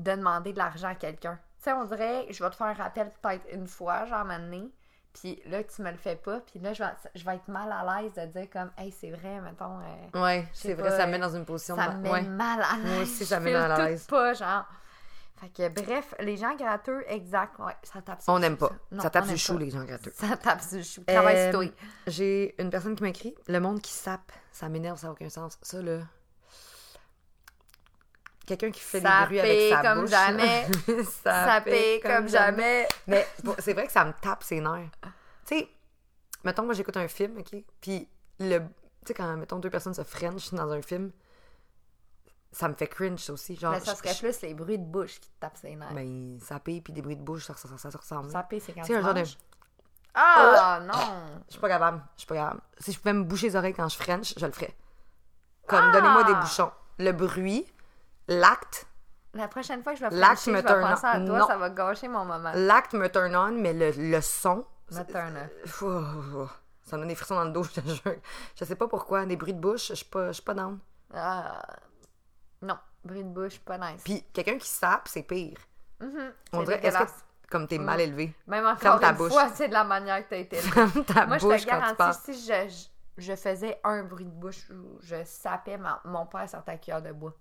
S2: de demander de l'argent à quelqu'un. Tu sais, on dirait, je vais te faire un rappel peut-être une fois, genre, à un moment donné, puis là, tu me le fais pas, puis là, je vais, je vais être mal à l'aise de dire comme, « Hey, c'est vrai, mettons... euh,
S1: Ouais,
S2: Je sais
S1: c'est vrai,
S2: pas,
S1: ça
S2: euh,
S1: me met dans une position
S2: ça
S1: de-
S2: me met
S1: ouais.
S2: mal à l'aise.
S1: Moi aussi, ça
S2: Je
S1: me met mal à
S2: file tout
S1: l'aise.
S2: pas, genre. Fait que, bref, les gens gratteux, exact, ouais, ça tape sur
S1: On
S2: le
S1: n'aime
S2: chou,
S1: pas.
S2: Non,
S1: ça
S2: on
S1: tape du
S2: aime
S1: chou,
S2: pas.
S1: les gens gratteux.
S2: Ça tape sur le chou. Travaille
S1: Euh,
S2: sur toi.
S1: J'ai une personne qui m'écrit Le monde qui sape, ça m'énerve, ça n'a aucun sens. Ça, là. Quelqu'un qui fait
S2: Ça
S1: des bruits avec
S2: paie
S1: sa
S2: comme
S1: bouche.
S2: jamais.
S1: ça,
S2: Ça
S1: paie
S2: paie comme jamais.
S1: Mais bon, c'est vrai que ça me tape ses nerfs. Tu sais, mettons, moi, j'écoute un film, OK? Puis, le... tu sais, quand, mettons, deux personnes se French dans un film, ça me fait cringe, ça aussi. Genre,
S2: Mais ça
S1: je-
S2: serait
S1: je-
S2: plus les bruits de bouche qui te tapent ses nerfs.
S1: Ben, ça paie, puis des bruits de bouche, ça, ça, ça, ça se ressemble.
S2: ça paie, c'est quand
S1: Tu
S2: tu
S1: sais, un genre de. Oh!
S2: manges. Ah, non!
S1: Je suis pas capable. Je suis pas capable. Si je pouvais me boucher les oreilles quand je French, je le ferais. Comme,
S2: Ah!
S1: donnez-moi des bouchons. Le bruit, l'acte,
S2: La prochaine fois que je vais
S1: L'acte
S2: faire je
S1: me
S2: vais
S1: turn
S2: penser
S1: on.
S2: à toi,
S1: Non.
S2: ça va gâcher mon moment.
S1: l'acte me turn on, mais le, le son.
S2: Me turn off.
S1: Fou, fou. Ça me donne des frissons dans le dos, je te jure. Je sais pas pourquoi. Des bruits de bouche, je suis pas, je suis pas down.
S2: Ah, non, bruit de bouche, pas nice.
S1: Puis quelqu'un qui sape, c'est pire.
S2: Mhm,
S1: On
S2: c'est
S1: dirait, est-ce que,
S2: dégueulasse. Mm.
S1: comme t'es mal élevé.
S2: Même encore
S1: ta
S2: une
S1: bouche.
S2: fois, c'est de la manière que t'as été. élevée.
S1: Ferme ta
S2: Moi,
S1: bouche
S2: je te
S1: quand tu parles.
S2: garantis, si je, je, je faisais un bruit de bouche ou je sapais ma- mon père sur ta cuillère de bois,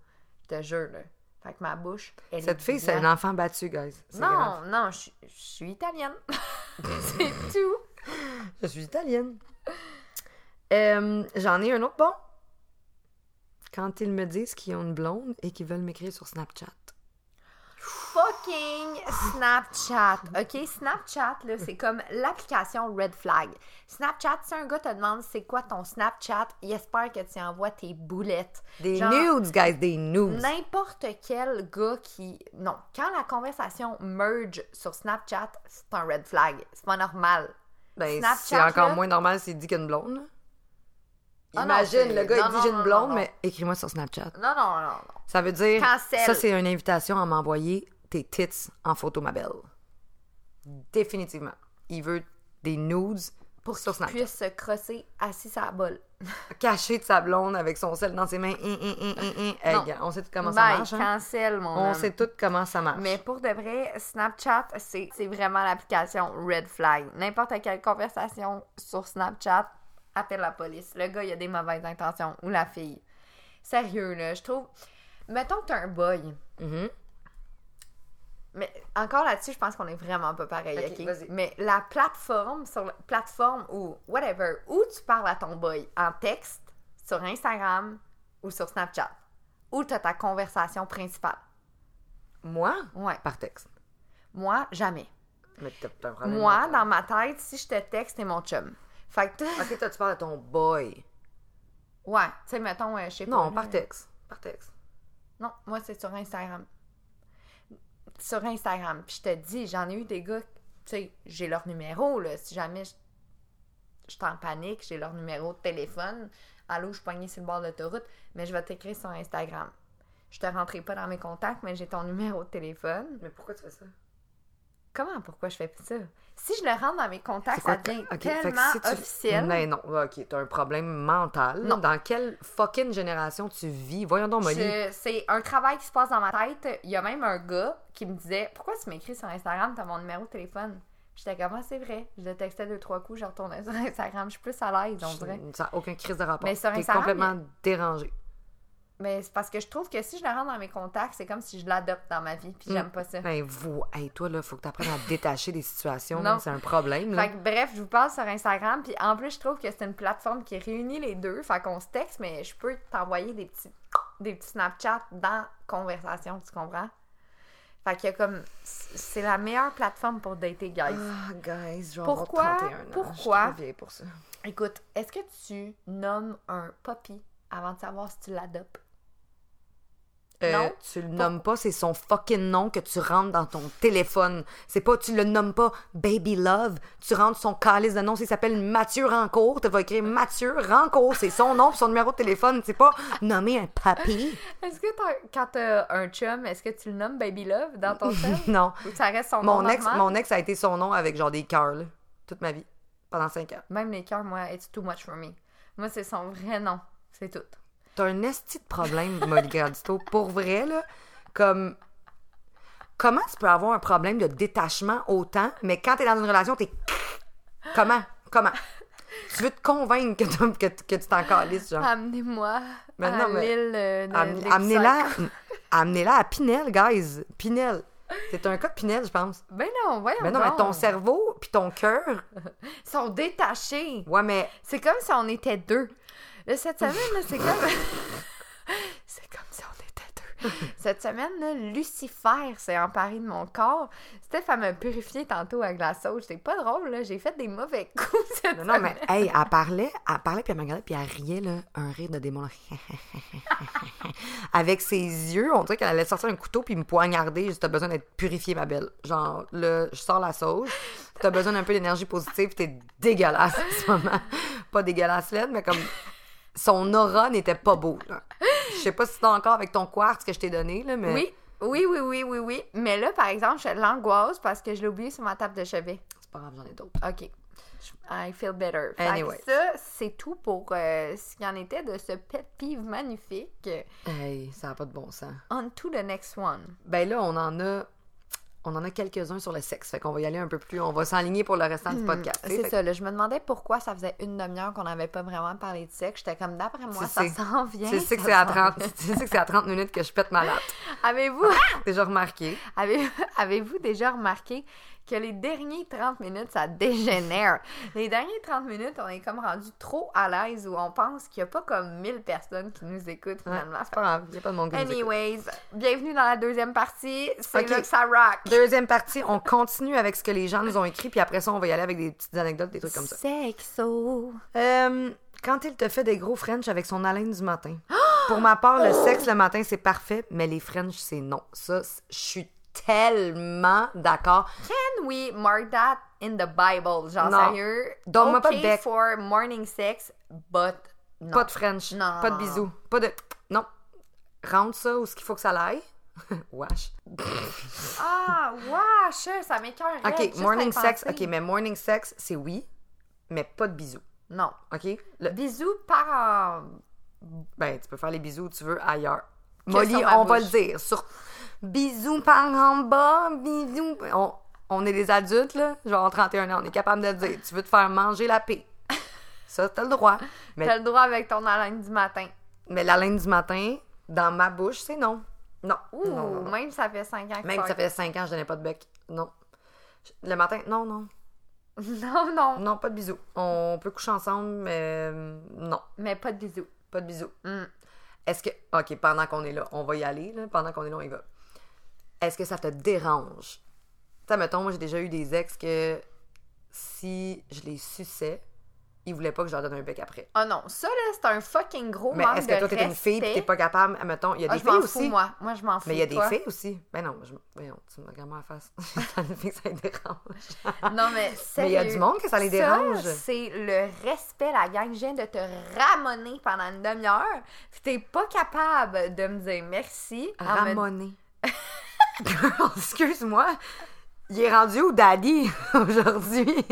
S2: je te jure, là. Fait que ma bouche, elle
S1: Cette
S2: est
S1: fille, c'est
S2: blanche.
S1: un enfant battu, guys. C'est
S2: Non,
S1: grave.
S2: non, je, je suis italienne. c'est tout.
S1: Je suis italienne. Euh, J'en ai un autre bon. Quand ils me disent qu'ils ont une blonde et qu'ils veulent m'écrire sur Snapchat.
S2: Fucking Snapchat. OK, Snapchat, là, c'est comme l'application Red Flag. Snapchat, si un gars te demande c'est quoi ton Snapchat, il espère que tu lui envoies tes boulettes.
S1: Des
S2: Genre-
S1: nudes, guys, des nudes.
S2: N'importe quel gars qui. Non, quand la conversation merge sur Snapchat, c'est un red flag. C'est pas normal.
S1: Ben,
S2: Snapchat,
S1: c'est encore
S2: là.
S1: moins normal s'il dit qu'il y a une blonde. là.
S2: Ah non,
S1: Imagine,
S2: c'est-
S1: le gars,
S2: non,
S1: il
S2: non,
S1: dit j'ai
S2: non,
S1: une blonde,
S2: non, non.
S1: mais écris-moi sur Snapchat.
S2: Non, non, non, non.
S1: Ça veut dire,
S2: Cancel.
S1: ça, c'est une invitation à m'envoyer tes tits en photo, ma belle. Définitivement. Il veut des nudes
S2: Pour
S1: sur
S2: qu'il
S1: Snapchat.
S2: puisse se crosser assis sur la bolle.
S1: Caché de sa blonde avec son sel dans ses mains. Hum, hum, hum, hum, hum. Hey,
S2: Non.
S1: gars, on sait tout comment ça
S2: Bye,
S1: marche. hein.
S2: cancel, mon
S1: On
S2: homme.
S1: sait tout comment ça marche.
S2: Mais pour de vrai, Snapchat, c'est c'est vraiment l'application Red Flag. N'importe quelle conversation sur Snapchat, appelle la police. Le gars, il a des mauvaises intentions. Ou la fille. Sérieux, là, je trouve... Mettons que t'es un boy.
S1: Mhm.
S2: Mais encore là-dessus, je pense qu'on est vraiment pas pareil,
S1: Ok,
S2: OK?
S1: vas-y.
S2: Mais la plateforme, sur la plateforme ou whatever, où tu parles à ton boy en texte, sur Instagram ou sur Snapchat, où t'as ta conversation principale.
S1: Moi,
S2: Ouais.
S1: par texte.
S2: Moi, jamais.
S1: Mais t'as t'as un problème.
S2: Moi,
S1: mental.
S2: dans ma tête, si je te texte, t'es mon chum. Fait que, t'as-
S1: Ok, toi, tu parles à ton boy.
S2: ouais, tu sais, mettons, euh, je sais pas.
S1: Non,
S2: là.
S1: par texte. Par texte.
S2: Non, moi, c'est sur Instagram. Sur Instagram. Puis je te dis, j'en ai eu des gars, tu sais, j'ai leur numéro, là. Si jamais je, je suis en panique, j'ai leur numéro de téléphone. Allô, je suis pognée sur le bord de l'autoroute, mais je vais t'écrire sur Instagram. Je te rentrerai pas dans mes contacts, mais j'ai ton numéro de téléphone.
S1: Mais pourquoi tu fais ça?
S2: Comment, pourquoi je fais ça? Si je le rentre dans mes contacts, ça devient
S1: Ok, fait que
S2: tellement
S1: si tu-
S2: officiel.
S1: Mais non, ok, t'as un problème mental.
S2: Non.
S1: Dans quelle fucking génération tu vis? Voyons donc, Molly.
S2: Je- C'est un travail qui se passe dans ma tête. Il y a même un gars qui me disait Pourquoi tu m'écris sur Instagram, t'as mon numéro de téléphone Puis J'étais comme Ah, c'est vrai. Je le textais deux, trois coups, je retournais sur Instagram. Je suis plus à l'aise, on dirait.
S1: Ça n'a aucun crise de rapport.
S2: Mais sur
S1: T'es
S2: Instagram,
S1: complètement dérangée.
S2: Mais c'est parce que je trouve que si je le rentre dans mes contacts, c'est comme si je l'adopte dans ma vie. Puis
S1: Mm.
S2: j'aime pas ça.
S1: Ben, vous, hey, toi, là, faut que t'apprennes à te détacher des situations.
S2: Non.
S1: C'est un problème, là.
S2: Fait que bref, je vous parle sur Instagram. Puis en plus, je trouve que c'est une plateforme qui réunit les deux. Fait qu'on se texte, mais je peux t'envoyer des petits, des petits Snapchats dans conversation, tu comprends? Fait qu'il y a comme. C'est la meilleure plateforme pour dater, guys.
S1: Ah, guys, je vais
S2: Pourquoi-
S1: avoir 31 ans.
S2: pourquoi-
S1: Je suis trop vieille pour ça.
S2: Écoute, est-ce que tu nommes un poppy avant de savoir si tu l'adoptes?
S1: Euh,
S2: Non.
S1: Tu le nommes pas, c'est son fucking nom que tu rentres dans ton téléphone. C'est pas, tu le nommes pas Baby Love. Tu rentres son calice de nom, il s'appelle Mathieu Rancourt. Tu vas écrire Mathieu Rancourt. C'est son nom, son numéro de téléphone. C'est pas nommer un papy.
S2: Est-ce que t'as- quand t'as un chum, est-ce que tu le nommes Baby Love dans ton chum?
S1: Non.
S2: Ou ça reste son
S1: Mon
S2: nom
S1: ex,
S2: normal?
S1: mon ex, ça a été son nom avec genre des cœurs, là, toute ma vie, pendant cinq ans.
S2: Même les cœurs, moi, it's too much for me. Moi, c'est son vrai nom. C'est tout.
S1: T'as un esti de problème, Molly Gradito. Pour vrai, là, comme. Comment tu peux avoir un problème de détachement autant, mais quand t'es dans une relation, t'es. Comment? Comment? Tu veux te convaincre que, t'as- que, t- que tu t'en calisses, genre.
S2: Amenez-moi
S1: Mais
S2: à
S1: Ah. Ben non, mais-
S2: l'île euh, de-
S1: Am-
S2: des
S1: Amenez-la
S2: psychos.
S1: amenez à Pinel, guys. Pinel. C'est un cas de Pinel, je pense.
S2: Ben non, voyons
S1: Mais non, mais
S2: donc.
S1: ton cerveau puis ton cœur.
S2: Ils sont détachés.
S1: Ouais, mais
S2: C'est comme si on était deux. Là, cette semaine, là, c'est comme... c'est comme si on était deux. Cette semaine, là, Lucifer s'est emparé de mon corps. Steph, elle m'a purifié tantôt avec la sauce. C'est pas drôle, là. J'ai fait des mauvais coups cette
S1: Non, non, mais
S2: semaine.
S1: hey, elle parlait, elle parlait, puis elle me regardait, puis elle riait, là, un rire de démon. là. Avec ses yeux, on dirait qu'elle allait sortir un couteau puis me poignarder. J'ai dit, T'as besoin d'être purifiée, ma belle. Genre, là, je sors la sauce, t'as besoin d'un peu d'énergie positive, t'es dégueulasse en ce moment. Pas dégueulasse, laide, mais comme son aura n'était pas beau, là. Je sais pas si t'as encore avec ton quartz que je t'ai donné, là, mais
S2: Oui, oui, oui, oui, oui, oui. Mais là, par exemple, je l'angoisse parce que je l'ai oublié sur ma table de chevet.
S1: c'est pas grave, j'en ai d'autres.
S2: OK. I feel better. Fait que
S1: Anyways.
S2: ça, c'est tout pour euh, ce qu'il en était de ce pet peeve magnifique.
S1: Hey, ça n'a pas de bon sens.
S2: On to the next one.
S1: Ben là, on en a on en a quelques-uns sur le sexe. Fait qu'on va y aller un peu plus. On va s'aligner pour le restant du
S2: Hmm,
S1: podcast. tu sais.
S2: C'est
S1: Fait
S2: ça, là, je me demandais pourquoi ça faisait une demi-heure qu'on n'avait pas vraiment parlé de sexe. J'étais comme, d'après moi,
S1: Tu
S2: ça
S1: sais.
S2: s'en
S1: que
S2: vient.
S1: Tu sais que
S2: ça
S1: c'est à
S2: s'en
S1: 30, tu sais que c'est à 30 minutes que je pète ma latte.
S2: vient. Avez-vous
S1: Déjà remarqué.
S2: avez, avez-vous déjà remarqué que les derniers 30 minutes, ça dégénère? Les dernières 30 minutes, on est comme rendu trop à l'aise où on pense qu'il n'y a pas comme 1000 personnes qui nous écoutent
S1: Ouais,
S2: finalement.
S1: c'est pas grave. Il a pas de monde qui nous écoute.
S2: Anyways, bienvenue dans la deuxième partie. C'est
S1: Ok.
S2: là que ça rock.
S1: Deuxième partie, on continue avec ce que les gens nous ont écrit, puis après ça, on va y aller avec des petites anecdotes, des trucs comme ça.
S2: Sexo.
S1: Euh, quand il te fait des gros French avec son haleine du matin.
S2: Oh!
S1: Pour ma part, le sexe le matin, c'est parfait, mais les French, c'est non. Ça, c- je suis tellement d'accord.
S2: Can we mark that in the Bible? Genre,
S1: Non.
S2: sérieux?
S1: Donne-moi
S2: okay
S1: pas de bec.
S2: for morning sex, but non.
S1: Pas de French,
S2: Non,
S1: pas de
S2: non, non.
S1: bisous, pas de... Non. Rentre ça où ce qu'il faut que ça l'aille. Wesh.
S2: Ah, wesh, ça m'écœure.
S1: OK, morning sex, OK, mais morning sex, c'est oui, mais pas de bisous,
S2: Non.
S1: OK? Le-
S2: Bisous par en-
S1: Ben, tu peux faire les bisous où tu veux ailleurs.
S2: Que
S1: Molly,
S2: sur ma
S1: on va le
S2: bouche.
S1: dire. Sur... Bisous par en bas, bisous. On, on est des adultes, là. Genre 31 ans, on est capable de le dire. Tu veux te faire manger la paix. Ça, t'as le droit. Mais,
S2: T'as le droit avec ton haleine du matin.
S1: mais la laine du matin, dans ma bouche, c'est non. Non.
S2: Ouh,
S1: non, non, non.
S2: même ça fait 5 ans que
S1: Même si ça fait 5 ans, je donnais pas de bec. Non. Je- Le matin, non, non.
S2: Non, non.
S1: Non, pas de bisous. On peut coucher ensemble, mais euh, non,
S2: Mais pas de bisous.
S1: pas de bisous.
S2: Mm.
S1: Est-ce que. OK, pendant qu'on est là, on va y aller, là. Pendant qu'on est là, on y va. Est-ce que ça te dérange? Tu sais, mettons, moi, j'ai déjà eu des ex que si je les suçais, ils voulaient pas que je leur donne un bec après.
S2: Ah non, ça là, c'est un fucking gros
S1: Mais
S2: manque
S1: est-ce que toi,
S2: de
S1: t'es une fille pis t'es
S2: respect.
S1: pas capable? Ah, Mettons, il y a
S2: Ah,
S1: des
S2: je
S1: filles
S2: m'en
S1: aussi.
S2: fous, moi. Moi, je m'en fous.
S1: Mais il y a des
S2: toi.
S1: filles aussi. Ben non, je... voyons, tu me regardes moi la face. J'en ai fait que ça les dérange.
S2: Non, mais
S1: Mais il y a du
S2: sérieux.
S1: monde que ça les dérange.
S2: c'est le respect, la gang. Je viens de te ramonner pendant une demi-heure. Puis t'es pas capable de me dire merci. en me-
S1: Ramoné. Girl, excuse-moi. Il est rendu où Daddy aujourd'hui?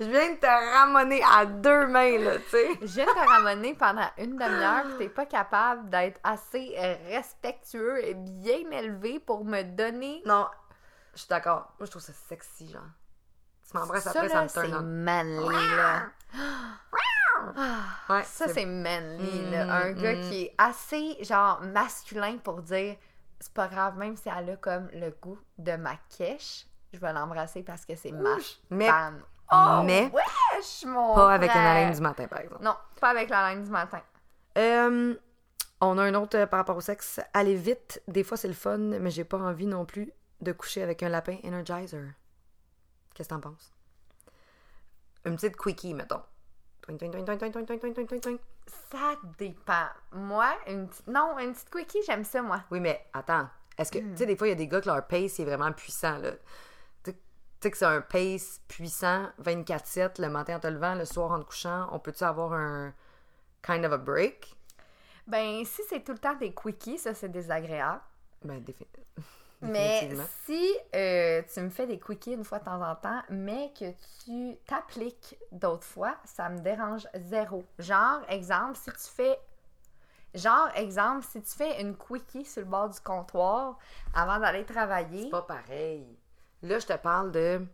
S1: Je viens de te ramoner à deux mains, là, tu sais.
S2: Je viens de te ramonner pendant une demi-heure. Puis t'es pas capable d'être assez euh, respectueux et bien élevé pour me donner.
S1: Non, je suis d'accord. Moi, je trouve ça sexy, genre. Tu m'embrasses après, ça
S2: là,
S1: me turn
S2: c'est
S1: on.
S2: manly, là.
S1: Ouais,
S2: Ça, c'est manly, là.
S1: Mm,
S2: Un gars
S1: mm.
S2: qui est assez, genre, masculin pour dire c'est pas grave, même si elle a comme le goût de ma quiche, je vais l'embrasser parce que c'est ma
S1: Mais
S2: femme. Oh,
S1: mais-
S2: wesh, mon
S1: pas avec une
S2: frère.
S1: haleine du matin, par exemple.
S2: Non, pas avec la laine du matin.
S1: Euh, on a un autre euh, par rapport au sexe. Allez vite. Des fois, c'est le fun, mais j'ai pas envie non plus de coucher avec un lapin Energizer. Qu'est-ce que t'en penses? Une petite quickie, mettons. Toing, toing, toing, toing, toing, toing, toing, toing, toing, toing.
S2: Ça dépend. Moi, une petite... Non, une petite quickie, j'aime ça, moi.
S1: Oui, mais attends. Est-ce que, tu sais, des fois, il y a des gars que leur pace est vraiment puissant, là. Tu tu sais que c'est un pace puissant, 24-7, le matin en te levant, le soir en te couchant. On peut-tu avoir un kind of a break?
S2: Ben, si c'est tout le temps des quickies, ça, c'est désagréable.
S1: Ben, défi-
S2: Mais
S1: définitivement.
S2: si euh, tu me fais des quickies une fois de temps en temps, mais que tu t'appliques d'autres fois, ça me dérange zéro. Genre, exemple, si tu fais. Genre, exemple, si tu fais une quickie sur le bord du comptoir avant d'aller travailler.
S1: pas pareil. Là, je te parle de.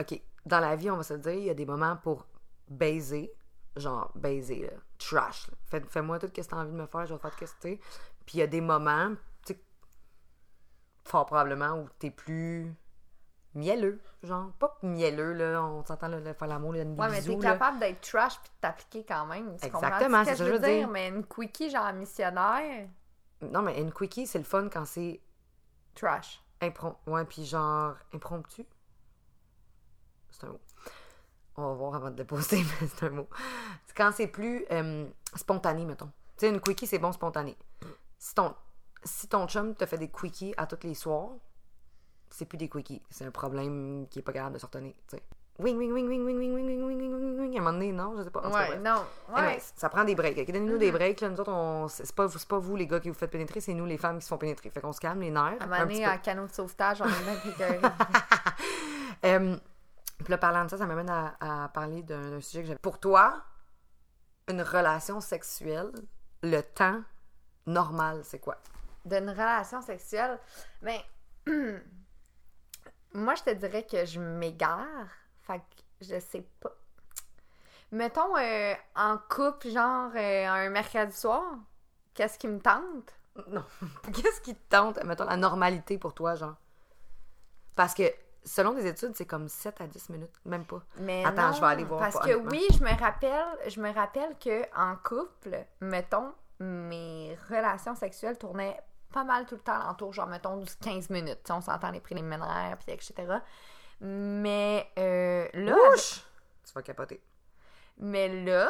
S1: OK. Dans la vie, on va se le dire, il y a des moments pour baiser. Genre, baiser, là. Trash. là. Fais- Fais-moi tout ce que tu as envie de me faire, je vais te faire tout ce que tu sais. Puis il y a des moments, tu sais, fort probablement, où t'es plus mielleux. Genre, pas mielleux, là. On s'entend, là, le faire l'amour, là, des
S2: Ouais, mais
S1: bisous,
S2: t'es
S1: là.
S2: capable d'être trash puis de t'appliquer quand même. Tu
S1: Exactement,
S2: comprends ce
S1: c'est
S2: que
S1: ça que
S2: je veux
S1: je veux
S2: dire?
S1: dire.
S2: Mais une quickie genre missionnaire,
S1: Non, mais une quickie, c'est le fun quand c'est
S2: trash.
S1: Impromptu. Ouais, puis genre impromptu. C'est un mot. On va voir avant de le poster, mais c'est un mot. C'est quand c'est plus euh, spontané, mettons. Tu sais, une quickie, c'est bon spontané. Si ton, si ton chum te fait des quickies à tous les soirs, c'est plus des quickies. C'est un problème qui est pas capable de se retenir, tu sais. Wing, wing, wing, wing, wing, wing, wing, wing, wing, wing, wing, wing. À un moment donné, non, je sais pas. En tout cas,
S2: Ouais,
S1: bref.
S2: non. Ouais. Mm-hmm.
S1: Anyway, ça prend des breaks. ok? Donnez-nous des breaks. Là, nous autres, on... c'est pas, vous- c'est pas vous les gars qui vous faites pénétrer, c'est nous les femmes qui se font pénétrer. Fait qu'on se calme les nerfs.
S2: à
S1: un
S2: un moment
S1: petit
S2: donné,
S1: peu.
S2: en canot de sauvetage, on est même écoeurés.
S1: Euh, puis là, parlant de ça, ça m'amène à, à parler d'un d'un sujet que j'avais. Pour toi, une relation sexuelle, le temps normal, c'est quoi?
S2: d'une relation sexuelle, mais moi, je te dirais que je m'égare. Fait que je sais pas. Mettons, euh, en couple, genre euh, un mercredi soir, qu'est-ce qui me tente?
S1: Non. Qu'est-ce qui te tente, mettons, la normalité pour toi, genre? Parce que selon les études, c'est comme 7 à 10 minutes, même pas.
S2: Mais
S1: Attends,
S2: non,
S1: je vais aller voir,
S2: Parce
S1: pas,
S2: que
S1: honnêtement.
S2: oui, je me rappelle, je me rappelle que en couple, mettons, mes relations sexuelles tournaient pas mal tout le temps alentour, genre mettons 12, 15 minutes. Tu sais, On s'entend les préliminaires, puis etc. Mais euh, là,
S1: Ouch! Tu vas capoter.
S2: mais là,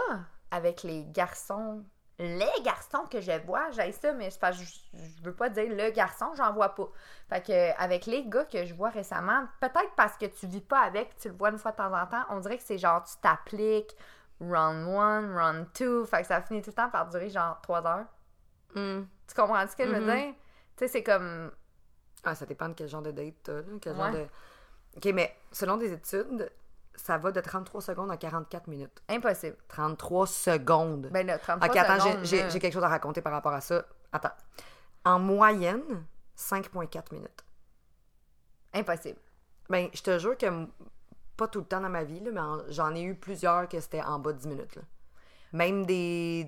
S2: avec les garçons, les garçons que je vois, j'ai ça, mais c'est parce que je, je veux pas dire le garçon, j'en vois pas. Fait que euh, avec les gars que je vois récemment, peut-être parce que tu vis pas avec, tu le vois une fois de temps en temps, on dirait que c'est genre tu t'appliques round one, round two, fait que ça finit tout le temps par durer genre trois heures.
S1: Hum.
S2: Tu comprends ce que je veux
S1: Mhm.
S2: dire? Tu sais, c'est comme
S1: Ah, ça dépend de quel genre de date t'as, là, quel genre
S2: Ouais.
S1: de... OK, mais selon des études, ça va de 33 secondes à 44 minutes.
S2: impossible.
S1: 33 secondes!
S2: Ben là, 33
S1: OK, attends, j'ai-
S2: secondes,
S1: j'ai
S2: là.
S1: j'ai quelque chose à raconter par rapport à ça. Attends. En moyenne, 5,4 minutes.
S2: Impossible.
S1: Ben, je te jure que m- pas tout le temps dans ma vie, là, mais en- j'en ai eu plusieurs que c'était en bas de 10 minutes. là. Même des.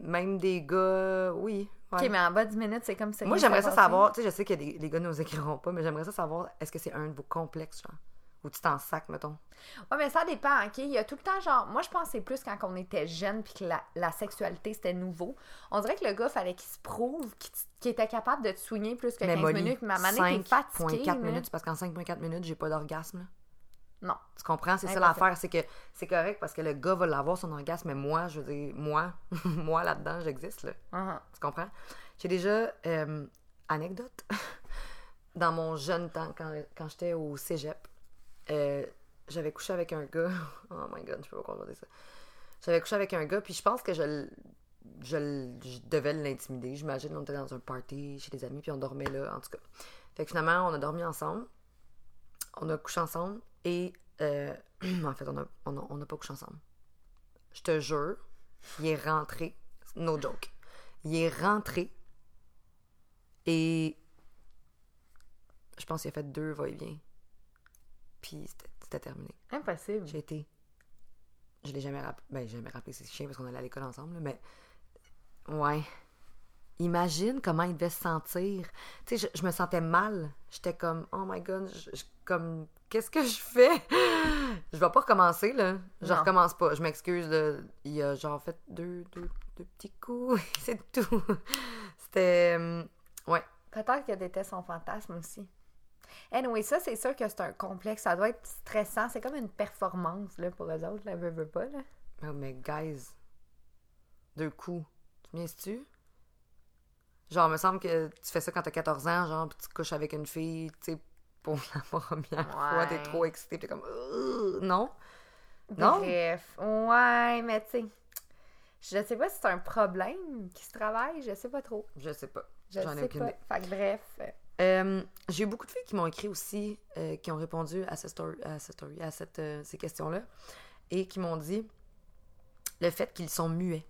S1: Même des gars. Oui. ouais.
S2: Ok, mais en bas de 10 minutes, c'est comme ça.
S1: Moi,
S2: que
S1: j'aimerais ça
S2: passait.
S1: savoir. Tu sais, je sais que des- les gars ne nous écriront pas, mais j'aimerais ça savoir est-ce que c'est un de vos complexes, genre Ou tu t'en sacs, mettons.
S2: Ouais, Ah, mais ça dépend, OK? Il y a tout le temps, genre, moi, je pense que c'est plus quand on était jeune puis que la, la sexualité, c'était nouveau. On dirait que le gars, fallait qu'il se prouve qu'il qu'il était capable de te soigner plus que 15
S1: Molly,
S2: minutes. Mais à un moment donné, t'es fatigué.
S1: 5,4
S2: là.
S1: minutes, c'est parce qu'en 5,4 minutes, j'ai pas d'orgasme, là.
S2: Non.
S1: Tu comprends? C'est ça
S2: Impossible.
S1: l'affaire, c'est que c'est correct parce que le gars va l'avoir son orgasme, mais moi, je veux dire, moi, moi là-dedans, j'existe, là.
S2: Uh-huh.
S1: Tu comprends? J'ai déjà, euh, anecdote, dans mon jeune temps, quand, quand j'étais au cégep, euh, j'avais couché avec un gars. Oh my god, je peux pas contrôler ça. J'avais couché avec un gars, puis je pense que je, l- je, l- je devais l'intimider. J'imagine, on était dans un party chez des amis, puis on dormait là, en tout cas. Fait que finalement, on a dormi ensemble. On a couché ensemble, et euh, en fait, on n'a on a- on a pas couché ensemble. Je te jure, il est rentré, no joke. Il est rentré et je pense qu'il a fait deux va-et-vient. Puis c'était- c'était terminé.
S2: Impossible.
S1: J'ai été. Je l'ai jamais rappelé. Ben, j'ai jamais rappelé, c'est chien parce qu'on allait à l'école ensemble, là, mais. Ouais. Imagine comment il devait se sentir. Tu sais, je, je me sentais mal. J'étais comme, oh my god, je- je- comme, qu'est-ce que je fais? Je vais pas recommencer, là. Je
S2: Non.
S1: recommence pas. Je m'excuse, là. Il a genre fait deux, deux, deux petits coups, c'est tout. C'était. euh, Ouais.
S2: Peut-être que était son fantasme aussi. Anyway, ça, c'est sûr que c'est un complexe. Ça doit être stressant. C'est comme une performance, là, pour eux autres. Là, veux, veux pas, là.
S1: Oh, mais guys, deux coups, tu me tu Genre, me semble que tu fais ça quand t'as 14 ans, genre, puis tu couches avec une fille, tu sais, pour la première fois, t'es
S2: Ouais.
S1: trop excité, t'es comme, Euh, non. Non?
S2: Bref. Ouais, mais tu sais, je sais pas si c'est un problème qui se travaille. Je sais pas trop.
S1: Je sais pas.
S2: Je
S1: J'en ai
S2: sais
S1: aucune
S2: pas.
S1: idée.
S2: Fait que bref. euh,
S1: Euh, J'ai eu beaucoup de filles qui m'ont écrit aussi, euh, qui ont répondu à, ce story- à, ce story- à cette, euh, ces questions-là, et qui m'ont dit le fait qu'ils sont muets.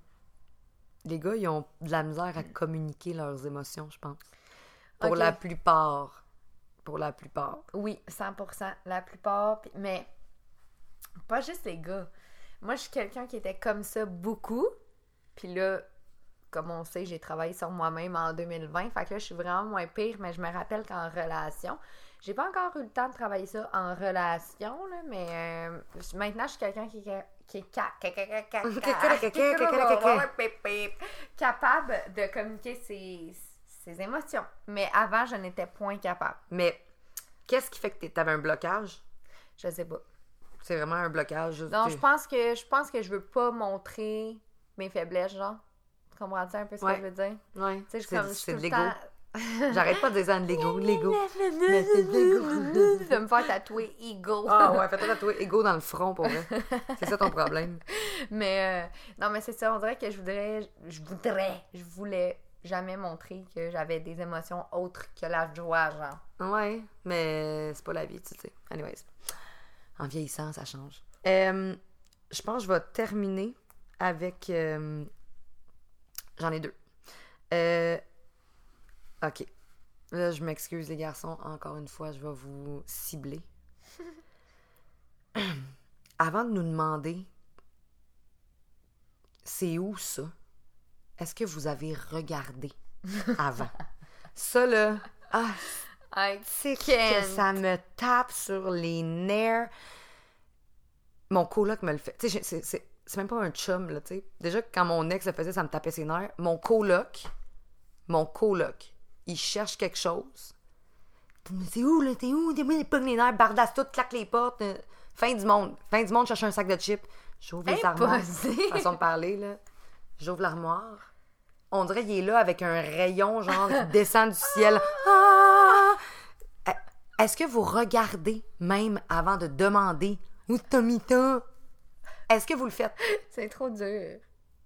S1: Les gars, ils ont de la misère à communiquer leurs émotions, je pense. Pour
S2: Mm. Ok.
S1: la plupart. Pour la plupart.
S2: Oui, 100%. La plupart. puis- Mais pas juste les gars. Moi, je suis quelqu'un qui était comme ça beaucoup. Puis là, comme on sait, j'ai travaillé sur moi-même en 2020. Fait que là, je suis vraiment moins pire, mais je me rappelle qu'en relation, j'ai pas encore eu le temps de travailler ça en relation, là, mais euh, je- maintenant, je suis quelqu'un qui est qui est ca- ca- ca- ca- ca- ca- capable de communiquer ses, ses émotions. Mais avant, je n'étais point capable.
S1: Mais qu'est-ce qui fait que t'es- t'avais un blocage?
S2: Je sais pas.
S1: C'est vraiment un blocage. juste
S2: Non,
S1: t'es-
S2: je pense que je pense que je veux pas montrer mes faiblesses, genre. Tu comprends-tu un peu ce
S1: Ouais.
S2: que je veux dire?
S1: Ouais,
S2: Tu sais, je suis
S1: c'est
S2: comme je
S1: c'est
S2: suis
S1: de
S2: tout le
S1: l'ego.
S2: temps...
S1: J'arrête pas de dire de l'ego, de l'ego. Mais c'est de l'ego.
S2: de me faire tatouer ego.
S1: Ah ouais, fais-toi tatouer ego dans le front pour vrai. C'est ça ton problème.
S2: Mais euh, non, mais c'est ça, on dirait que je voudrais je voudrais, je voulais jamais montrer que j'avais des émotions autres que la joie, genre.
S1: Ouais, mais c'est pas la vie, tu sais. Anyways, en vieillissant, ça change. Euh, je pense que je vais terminer avec. euh, J'en ai deux. Euh, OK. Là, je m'excuse, les garçons. Encore une fois, je vais vous cibler. Avant de nous demander c'est où ça, est-ce que vous avez regardé avant? ça, là, ah,
S2: I
S1: c'est que
S2: Kent.
S1: ça me tape sur les nerfs. Mon coloc me le fait. Tu sais, j'ai- c'est- c'est c'est même pas un chum, là, tu sais. Déjà, quand mon ex le faisait, ça me tapait ses nerfs. Mon coloc, mon coloc, il cherche quelque chose. Mais c'est où, là? T'es où? T'es où? Il pogne les nerfs, bardasse tout, claque les portes. euh, Fin du monde. Fin du monde, cherche un sac de chips. J'ouvre les armoires.
S2: Impossible.
S1: Façon de parler, là. J'ouvre l'armoire. On dirait qu'il est là avec un rayon, genre, qui descend du ciel. Ah! Euh, Est-ce que vous regardez même avant de demander où t'as mis ça? Est-ce que vous le faites?
S2: c'est trop dur.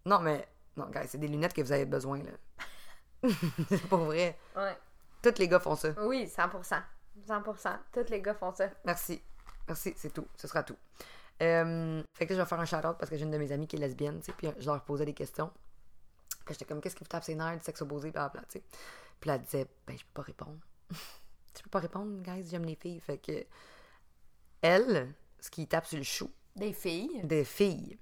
S1: Non, mais. Non, guys, c'est des lunettes que vous avez besoin, là. c'est pas vrai.
S2: Ouais.
S1: Tous les gars font ça.
S2: Oui, 100%. 100%. Tous les gars font ça.
S1: Merci. Merci, c'est tout. Ce sera tout. Euh, fait que là, je vais faire un shout-out parce que j'ai une de mes amies qui est lesbienne, tu sais, puis je leur posais des questions. Puis j'étais comme, qu'est-ce qui vous tape ses nerfs, du sexe opposé, blablabla, tu sais. Puis elle disait, ben, je peux pas répondre. je peux pas répondre, guys, j'aime les filles. Fait que, elle, ce qui tape sur le chou,
S2: Des filles.
S1: des filles.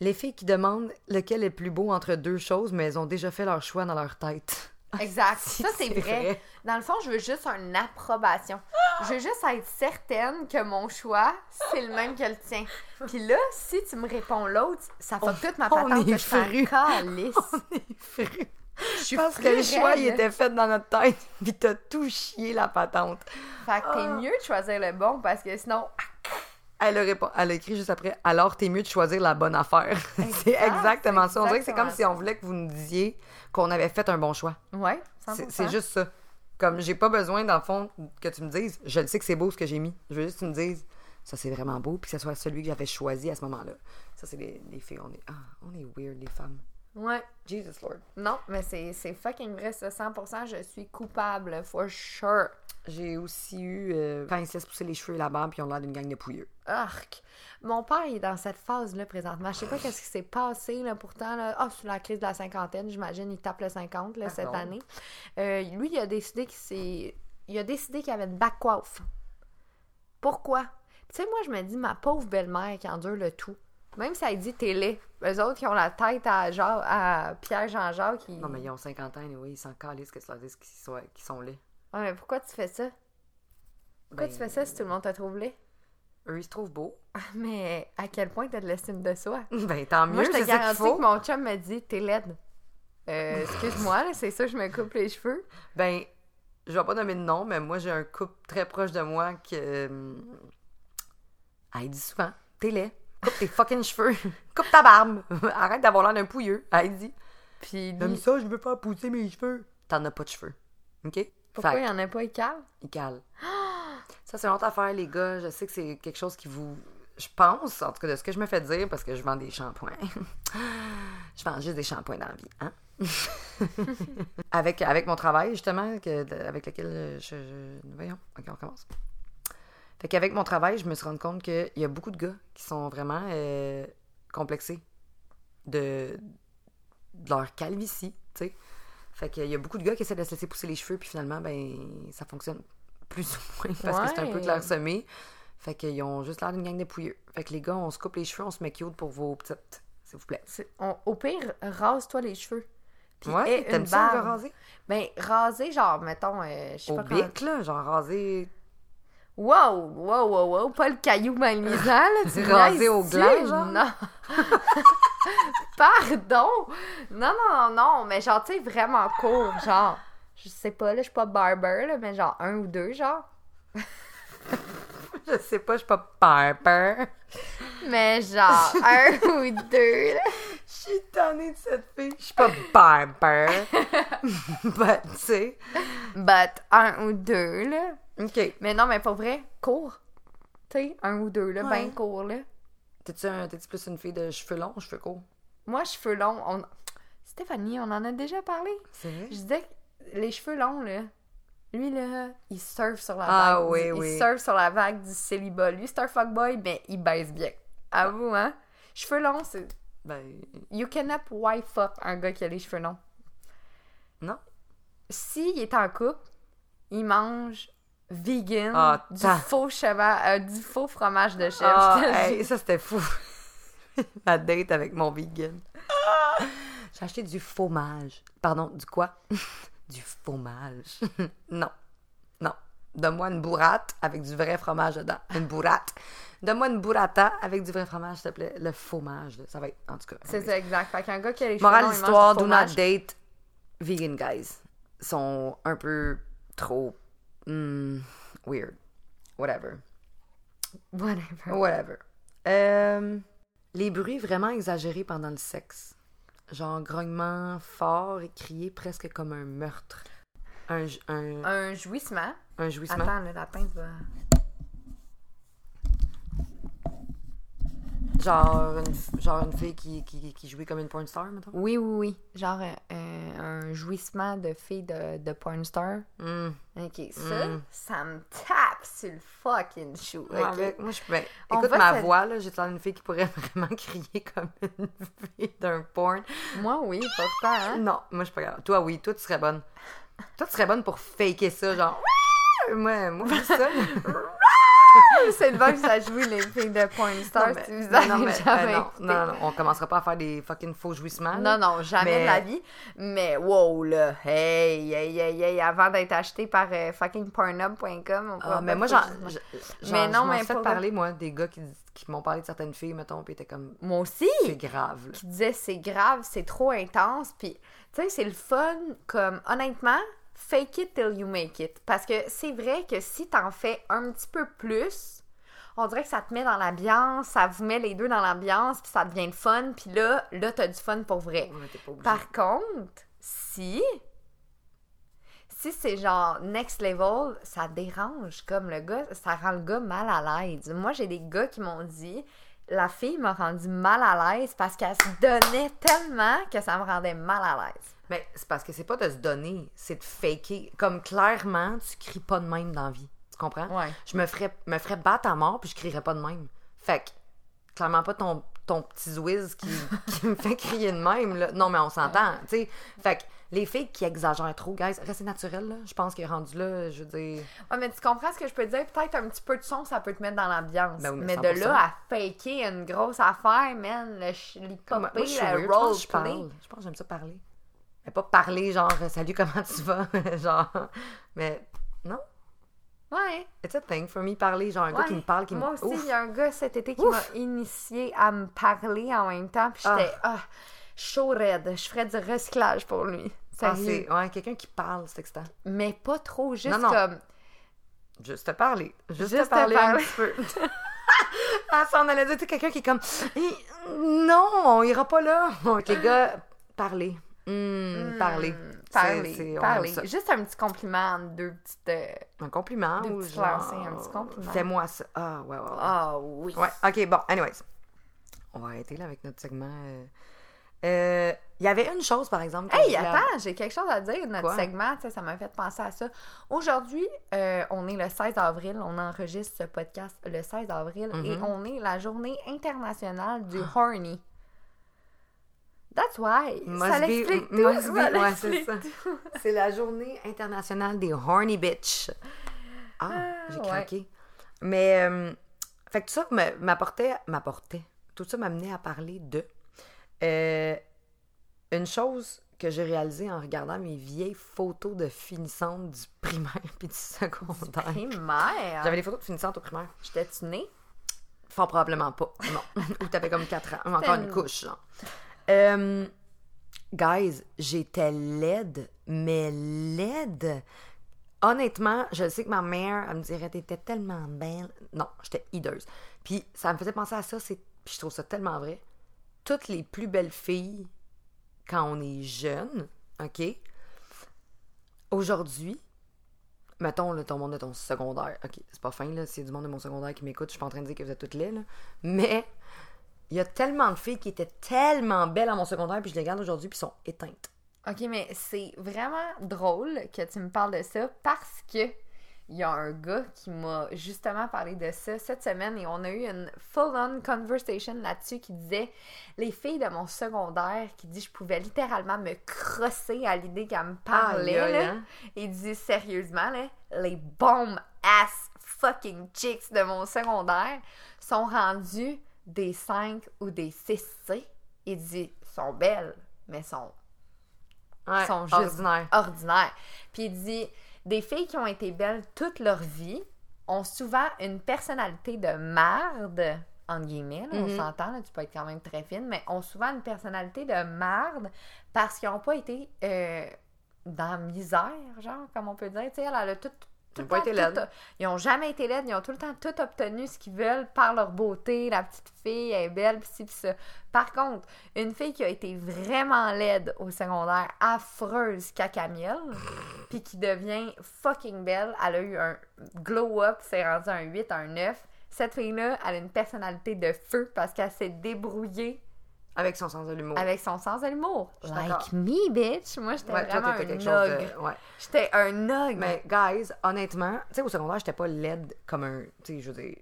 S1: Les filles qui demandent lequel est le plus beau entre deux choses, mais elles ont déjà fait leur choix dans leur tête.
S2: Exact. ça, c'est
S1: c'est
S2: vrai.
S1: vrai.
S2: Dans le fond, je veux juste une approbation. Je veux juste être certaine que mon choix, c'est le même que le tien. Puis là, si tu me réponds l'autre, ça fait toute ma
S1: Oh, on
S2: patente
S1: est
S2: que je
S1: fru.
S2: t'en calisse.
S1: Je pense que le
S2: fru,
S1: choix, il
S2: raide.
S1: était fait dans notre tête, puis t'as tout chié la patente.
S2: Fait que t'es
S1: Ah.
S2: mieux de choisir le bon parce que sinon,
S1: Elle a, répond- elle a écrit juste après Alors, t'es mieux de choisir la bonne affaire. c'est exactement ça. On dirait que c'est
S2: exactement
S1: comme si on voulait que vous nous disiez qu'on avait fait un bon choix.
S2: ouais, 100%.
S1: C'est c'est juste ça. Comme j'ai pas besoin, dans le fond, que tu me dises Je le sais que c'est beau ce que j'ai mis. Je veux juste que tu me dises Ça, c'est vraiment beau, puis que ce soit celui que j'avais choisi à ce moment-là. Ça, c'est les, les filles. On est, ah, on est weird, les femmes.
S2: Ouais.
S1: Jesus Lord.
S2: Non, mais c'est c'est fucking vrai, ça. 100%, je suis coupable, for sure.
S1: J'ai aussi eu. euh, quand ils se laissent pousser les cheveux là-bas, puis ils ont l'air d'une gang de pouilleux.
S2: Arc. Mon père il est dans cette phase-là présentement. Je sais pas qu'est-ce qui s'est passé là, pourtant. Là. Ah, sous la crise de la cinquantaine, j'imagine, il tape le 50 là, cette
S1: Pardon.
S2: année. Euh, lui, il a décidé qu'il s'est- il a décidé qu'il avait une back coiffe. Pourquoi? Tu sais, moi, je me dis, ma pauvre belle-mère qui endure le tout. Même si elle dit télé, eux autres qui ont la tête à, Jean- à Pierre Jean-Jacques. Qui...
S1: Non, mais ils ont 50 ans, et oui, ils s'en calissent que ça leur dise qu'ils soient- qu'ils sont laids.
S2: Ouais, Ah, mais pourquoi tu fais ça? Pourquoi
S1: Ben,
S2: tu fais ça si tout le monde te trouve laid?
S1: Eux, ils se trouvent beaux.
S2: Mais à quel point t'as de l'estime de soi?
S1: Ben, tant mieux,
S2: Moi, je
S1: c'est
S2: te
S1: ça qu'il
S2: garantis
S1: faut.
S2: que mon chum me dit T'es laide. Euh, Excuse-moi, là, c'est ça, je me coupe les cheveux.
S1: Ben, je vais pas nommer de nom, mais moi, j'ai un couple très proche de moi que. euh, Elle dit souvent T'es laid, coupe tes fucking cheveux, coupe ta barbe, arrête d'avoir l'air d'un pouilleux. Elle dit
S2: Puis
S1: Comme
S2: lui,
S1: ça, je veux pas pousser mes cheveux. T'en as pas de cheveux. OK
S2: pourquoi
S1: Fait
S2: il y en a pas, il calme
S1: il cale. Ça, c'est une autre affaire, les gars. Je sais que c'est quelque chose qui vous. Je pense, en tout cas, de ce que je me fais dire, parce que je vends des shampoings. je vends juste des shampoings dans la vie, hein? avec, avec mon travail, justement, que, de- avec lequel je, je- Voyons. OK, on commence. Fait qu'avec mon travail, je me suis rendu compte qu'il y a beaucoup de gars qui sont vraiment euh, complexés de, de leur calvitie, tu sais. Fait qu'il y a beaucoup de gars qui essaient de se laisser pousser les cheveux, puis finalement, ben, ça fonctionne plus ou moins parce que c'est un peu de leur
S2: Ouais.
S1: semer. Fait qu'ils ont juste l'air d'une gang de pouilleux. Fait que les gars, on se coupe les cheveux, on se met cute pour vos petites, s'il vous plaît.
S2: C'est- on- Au pire, rase-toi les cheveux. Puis aie une
S1: t'aimes ça, le gars
S2: barbe.
S1: rasé?
S2: Ben, raser, genre, mettons, euh, je sais
S1: Au
S2: pas
S1: bic, là, genre rasé,
S2: Wow, wow, wow, wow, pas le caillou malmisant, là, tu me
S1: Rasé
S2: niaises-tu?
S1: au gland, genre?
S2: Non. Pardon. Non, non, non, non, mais genre, tu sais, vraiment court, genre, je sais pas, là, je suis pas barber, là, mais genre, un ou deux, genre.
S1: je sais pas, je suis pas peur.
S2: Mais genre, un ou deux, là.
S1: Je suis tannée de cette fille. Je suis pas barber. But, tu sais.
S2: But, un ou deux, là.
S1: OK.
S2: Mais non, mais pour vrai, court. Tu sais, un ou deux, là,
S1: Ouais.
S2: ben court, là.
S1: T'es-tu un- t'es-tu plus une fille de cheveux longs ou cheveux courts?
S2: Moi, cheveux longs, on... Stéphanie, on en a déjà parlé.
S1: C'est vrai?
S2: Je disais que les cheveux longs, là, lui, là, il surfe sur la
S1: Ah
S2: vague.
S1: oui,
S2: du-
S1: oui.
S2: Il surfe sur la vague du célibat. Lui, c'est un fuckboy, mais il baisse bien. Avoue, hein? Cheveux longs, c'est.
S1: Ben,
S2: You cannot wife up un gars qui a les cheveux longs.
S1: non.
S2: s'il est en couple, il mange vegan
S1: Ah,
S2: du
S1: ta-
S2: faux cheval, euh, du faux fromage de chèvre.
S1: Ah,
S2: je te
S1: hey,
S2: jure.
S1: ça, c'était fou. Ma date avec mon vegan. J'ai acheté du fromage. Pardon, du quoi? du fromage. non. Non. Donne-moi une burrate avec du vrai fromage dedans. Une burrate. Donne-moi une burrata avec du vrai fromage, s'il te plaît. Le fromage, là, ça va être... En tout cas...
S2: C'est ça, exact. Fait qu'un gars qui a les cheveux
S1: Morale
S2: longs,
S1: de
S2: il mange du
S1: l'histoire, do
S2: fromage.
S1: not date vegan guys. Sont un peu trop... hmm, weird. Whatever.
S2: Whatever.
S1: Whatever. Euh, les bruits vraiment exagérés pendant le sexe. Genre grognement fort et crié presque comme un meurtre. Un, ju- un,
S2: Un jouissement.
S1: un jouissement.
S2: Attends, le lapin va...
S1: Genre, une, genre une fille qui, qui, qui jouait comme une porn star, mettons.
S2: Oui, oui, oui. Genre euh, euh, un jouissement de fille de, de porn star. Mm.
S1: Hum.
S2: OK, ça, ça me tape sur le fucking chou.
S1: Mm. Ouais,
S2: OK.
S1: avec- moi, je ben,
S2: On
S1: Écoute
S2: va
S1: ma
S2: se-
S1: voix, là, j'ai l'air d'une fille qui pourrait vraiment crier comme une fille d'un porn.
S2: Moi, oui, pourtant. Hein?
S1: Non, moi, je suis pas capable. Toi, oui, toi, tu serais bonne. Toi, tu serais bonne pour faker ça, genre. Moi, moi, je fais ça. là.
S2: C'est le bon que ça joue les filles de porn star
S1: Non, mais-
S2: si vous avez
S1: non, mais-
S2: jamais
S1: euh, non,
S2: écouté.
S1: non, non, on commencera pas à faire des fucking faux jouissements. là.
S2: Non, non, jamais
S1: Mais-
S2: de la vie. Mais wow, là, hey, hey, hey, hey, avant d'être acheté par euh, fucking pornhub.com, on
S1: Ah,
S2: pourra
S1: mais
S2: pas
S1: moi,
S2: tout-
S1: j'en. Mais non, mais. fait
S2: pour-
S1: parler, moi, des gars qui, qui m'ont parlé de certaines filles, mettons, pis étaient comme.
S2: Moi aussi!
S1: C'est grave, là.
S2: qui disait c'est grave, c'est trop intense, puis tu sais c'est le fun comme honnêtement fake it till you make it parce que c'est vrai que si t'en fais un petit peu plus on dirait que ça te met dans l'ambiance, ça vous met les deux dans l'ambiance, puis ça devient le fun, puis là, là, t'as du fun pour vrai.
S1: Ouais, t'es pas obligé.
S2: Par contre, si, si c'est genre next level, ça dérange comme le gars, ça rend le gars mal à l'aise. Moi, j'ai des gars qui m'ont dit, la fille m'a rendu mal à l'aise parce qu'elle se donnait tellement que ça me rendait mal à l'aise.
S1: Mais c'est parce que c'est pas de se donner, c'est de faker. Comme clairement, tu cries pas de même dans la vie. Tu comprends?
S2: Ouais.
S1: Je me ferais, me ferais battre à mort, puis je crierais pas de même. Fait que, clairement pas ton, ton petit whiz qui, qui me fait crier de même, là. Non, mais on s'entend, tu sais. Fait que, les filles qui exagèrent trop, guys, restez naturel, là. Je pense que rendu là, je veux dire.
S2: Ouais, mais tu comprends ce que je peux te dire? Peut-être un petit peu de son, ça peut te mettre dans l'ambiance.
S1: Ben oui,
S2: mais
S1: mais 100%.
S2: de là à faker une grosse affaire, man, le ch-
S1: Moi, moi, je
S2: l'hypopée,
S1: suis weird,
S2: le
S1: je pense que je
S2: roleplay.
S1: parle. Je pense que j'aime ça parler. Mais pas parler, genre, euh, salut, comment tu vas? genre, mais non.
S2: Ouais.
S1: It's a thing for me, parler, genre, un gars qui
S2: Ouais.
S1: me parle, qui
S2: Moi
S1: me.
S2: aussi,
S1: Ouf.
S2: il y a un gars cet été qui
S1: Ouf.
S2: m'a initié à me parler en même temps, puis j'étais ah, chaud raide. Je ferais du recyclage pour lui.
S1: Ah,
S2: Sérieux.
S1: c'est- ouais, quelqu'un qui parle, c'est excitant.
S2: Mais pas trop, juste
S1: Non, non.
S2: comme.
S1: Juste te parler. Juste,
S2: Juste
S1: te parler,
S2: te
S1: un
S2: parler.
S1: petit peu. ah, ça, on allait dire, tu sais, quelqu'un qui est comme, Eh, non, on ira pas là. Donc, les gars, parler. Hmm, parler.
S2: Hmm,
S1: C'est-
S2: Parler.
S1: c'est- on aime
S2: parler.
S1: ça.
S2: Juste un petit compliment, deux petites. euh,
S1: Un compliment.
S2: Des
S1: ou
S2: petits
S1: genre,
S2: lancers, un petit compliment.
S1: Fais-moi ça. Ah, ouais, ouais, ouais.
S2: Ah oui.
S1: Ouais, ok, bon, anyways. On va arrêter là avec notre segment. euh. Euh, Il y avait une chose, par exemple. que je
S2: Hey,
S1: voulais
S2: attends, j'ai quelque chose à dire. Notre
S1: Quoi?
S2: segment, tu sais, ça m'a fait penser à ça. Aujourd'hui, euh, on est le 16 avril. On enregistre ce podcast le 16 avril et
S1: Mhm.
S2: on est la journée internationale du
S1: Ah.
S2: horny. That's why.
S1: Must
S2: ça
S1: be-
S2: l'explique tout.
S1: must be-
S2: ça
S1: ouais, c'est
S2: l'explique
S1: ça.
S2: tout.
S1: C'est la journée internationale des horny bitches. Ah,
S2: Ah,
S1: j'ai
S2: ouais.
S1: craqué. Mais, euh, fait que tout ça me- m'apportait, m'apportait, tout ça m'amenait à parler de euh, une chose que j'ai réalisée en regardant mes vieilles photos de finissantes du primaire puis du secondaire.
S2: Primaire.
S1: J'avais des photos de finissantes au primaire.
S2: J'étais-tu née?
S1: Fort probablement pas, non. Ou t'avais comme 4 ans, ou encore
S2: Tellement.
S1: une couche, genre. Euh, guys, j'étais laide, mais laide. Honnêtement, je sais que ma mère, elle me dirait, t'étais tellement belle. Non, j'étais hideuse. Puis ça me faisait penser à ça, c'est... puis je trouve ça tellement vrai. Toutes les plus belles filles, quand on est jeune, OK, aujourd'hui, mettons, là, ton monde de ton secondaire. OK, c'est pas fin, là. C'est du monde de mon secondaire qui m'écoute. Je suis pas en train de dire que vous êtes toutes laides, là. Mais il y a tellement de filles qui étaient tellement belles à mon secondaire, puis je les regarde aujourd'hui, puis sont éteintes.
S2: OK, mais c'est vraiment drôle que tu me parles de ça parce que il y a un gars qui m'a justement parlé de ça cette semaine et on a eu une full-on conversation là-dessus qui disait les filles de mon secondaire qui dit je pouvais littéralement me crosser à l'idée qu'elle me parlait.
S1: Aïe, aïe,
S2: Ah, là.
S1: hein?
S2: Et il dit sérieusement, là, les bombes ass fucking chicks de mon secondaire sont rendues des 5 ou des 6C. Il dit sont belles, mais sont
S1: Ouais,
S2: sont juste-
S1: ordinaires.
S2: ordinaires. Puis il dit des filles qui ont été belles toute leur vie ont souvent une personnalité de marde entre guillemets, là,
S1: Mhm.
S2: on s'entend, là, tu peux être quand même très fine, mais ont souvent une personnalité de marde parce qu'ils n'ont pas été euh, dans la misère, genre, comme on peut dire. Tu sais, elle, elle a tout, tout
S1: Ils
S2: le
S1: ont pas
S2: temps
S1: été laides.
S2: tout- Ils n'ont jamais été laides, ils ont tout le temps tout obtenu ce qu'ils veulent par leur beauté, la petite fille, elle est belle, pis ci, pis ça. Par contre, une fille qui a été vraiment laide au secondaire, affreuse cacamiel, puis qui devient fucking belle, elle a eu un glow-up, c'est rendu un 8, un 9. Cette fille-là, elle a une personnalité de feu parce qu'elle s'est débrouillée
S1: Avec son sens de l'humour.
S2: avec son sens de l'humour.
S1: suis d'accord.
S2: Like me, bitch! Moi, j'étais
S1: Ouais, toi,
S2: vraiment
S1: t'étais
S2: un
S1: quelque chose
S2: ogre.
S1: de... Ouais.
S2: J'étais un ogre.
S1: Mais, guys, honnêtement, tu sais, au secondaire, j'étais pas laide comme un. Tu sais, je veux dire,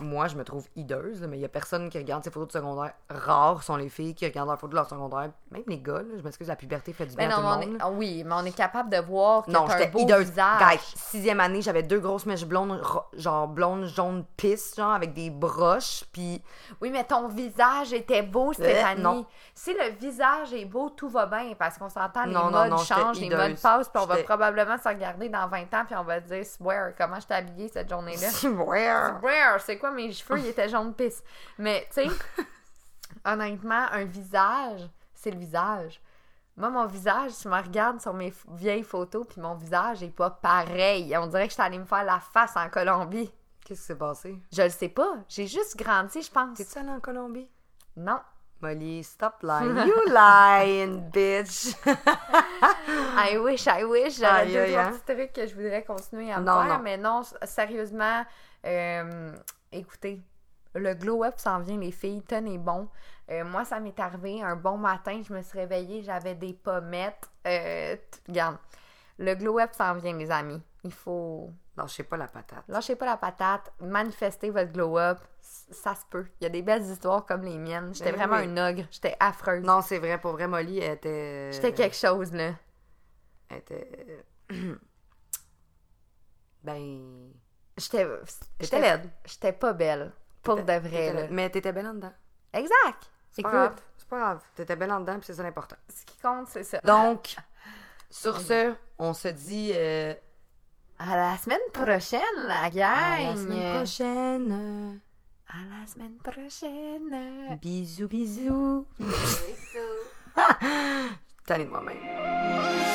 S1: moi, je me trouve hideuse, là, mais il y a personne qui regarde ses photos de secondaire. Rares sont les filles qui regardent leurs photos de leur secondaire. Même les gars, là, je m'excuse, la puberté fait du
S2: Mais
S1: bien
S2: non,
S1: à tout
S2: mais
S1: le
S2: on est-
S1: monde.
S2: ah oui, mais on est capable de voir que
S1: Non,
S2: t'as un
S1: j'étais
S2: beau
S1: hideuse.
S2: visage.
S1: Guys, sixième année, j'avais deux grosses mèches blondes, ro- genre blonde, jaune, pisse, genre, avec des broches, puis.
S2: Oui, mais ton visage était beau, Stéphanie.
S1: Euh, non.
S2: Si le visage est beau, tout va bien parce qu'on s'entend, les
S1: Non, non,
S2: modes
S1: non, j'étais
S2: changent, les
S1: hideuse.
S2: modes passent, puis on va
S1: J'étais-
S2: probablement se regarder dans 20 ans, puis on va dire, swear, comment je t'ai habillée cette journée-là?
S1: Swear.
S2: Swear, c'est quoi mes cheveux? Ils étaient jaune pisse. Mais, tu sais, honnêtement, un visage, c'est le visage. Moi, mon visage, je me regarde sur mes f- vieilles photos, puis mon visage est pas pareil. On dirait que je suis allée me faire la face en Colombie.
S1: Qu'est-ce qui s'est passé?
S2: Je le sais pas. J'ai juste grandi, je pense.
S1: T'es-tu allée en Colombie?
S2: Non.
S1: Molly, stop lying. You lying, bitch.
S2: I wish, I wish. J'avais
S1: Aïe,
S2: deux
S1: aïe,
S2: trois
S1: hein.
S2: petits trucs que je voudrais continuer à me
S1: Non,
S2: faire,
S1: non.
S2: mais non, s- sérieusement, euh, écoutez, le glow-up s'en vient, les filles, tenez bon. Euh, moi, ça m'est arrivé un bon matin, je me suis réveillée, j'avais des pommettes. Euh, t- regarde, le glow-up s'en vient, les amis. Il faut...
S1: Non, je sais pas la patate.
S2: Lâchez pas la patate, manifestez votre glow-up. S- Ça se peut. Il y a des belles histoires comme les miennes. J'étais
S1: Ben
S2: vraiment
S1: oui.
S2: une ogre. J'étais affreuse.
S1: Non, c'est vrai, pour vrai, Molly elle était. euh,
S2: J'étais quelque chose, là.
S1: Elle était. euh, ben.
S2: J'étais...
S1: J'étais
S2: j'étais-
S1: laide.
S2: J'étais pas belle. Pour de
S1: T'étais-
S2: vrai.
S1: t'étais
S2: là.
S1: laide. Mais t'étais belle en dedans.
S2: Exact.
S1: C'est pas grave.
S2: Écoute,
S1: C'est pas grave. T'étais belle en dedans, puis c'est ça l'important. Ah.
S2: ce qui compte, c'est ça.
S1: Donc, sur ce, on se dit euh,
S2: À la semaine prochaine, la gang.
S1: à la semaine prochaine.
S2: À la semaine prochaine.
S1: Bisous, bisous. T'as de moi-même.
S2: Bisous.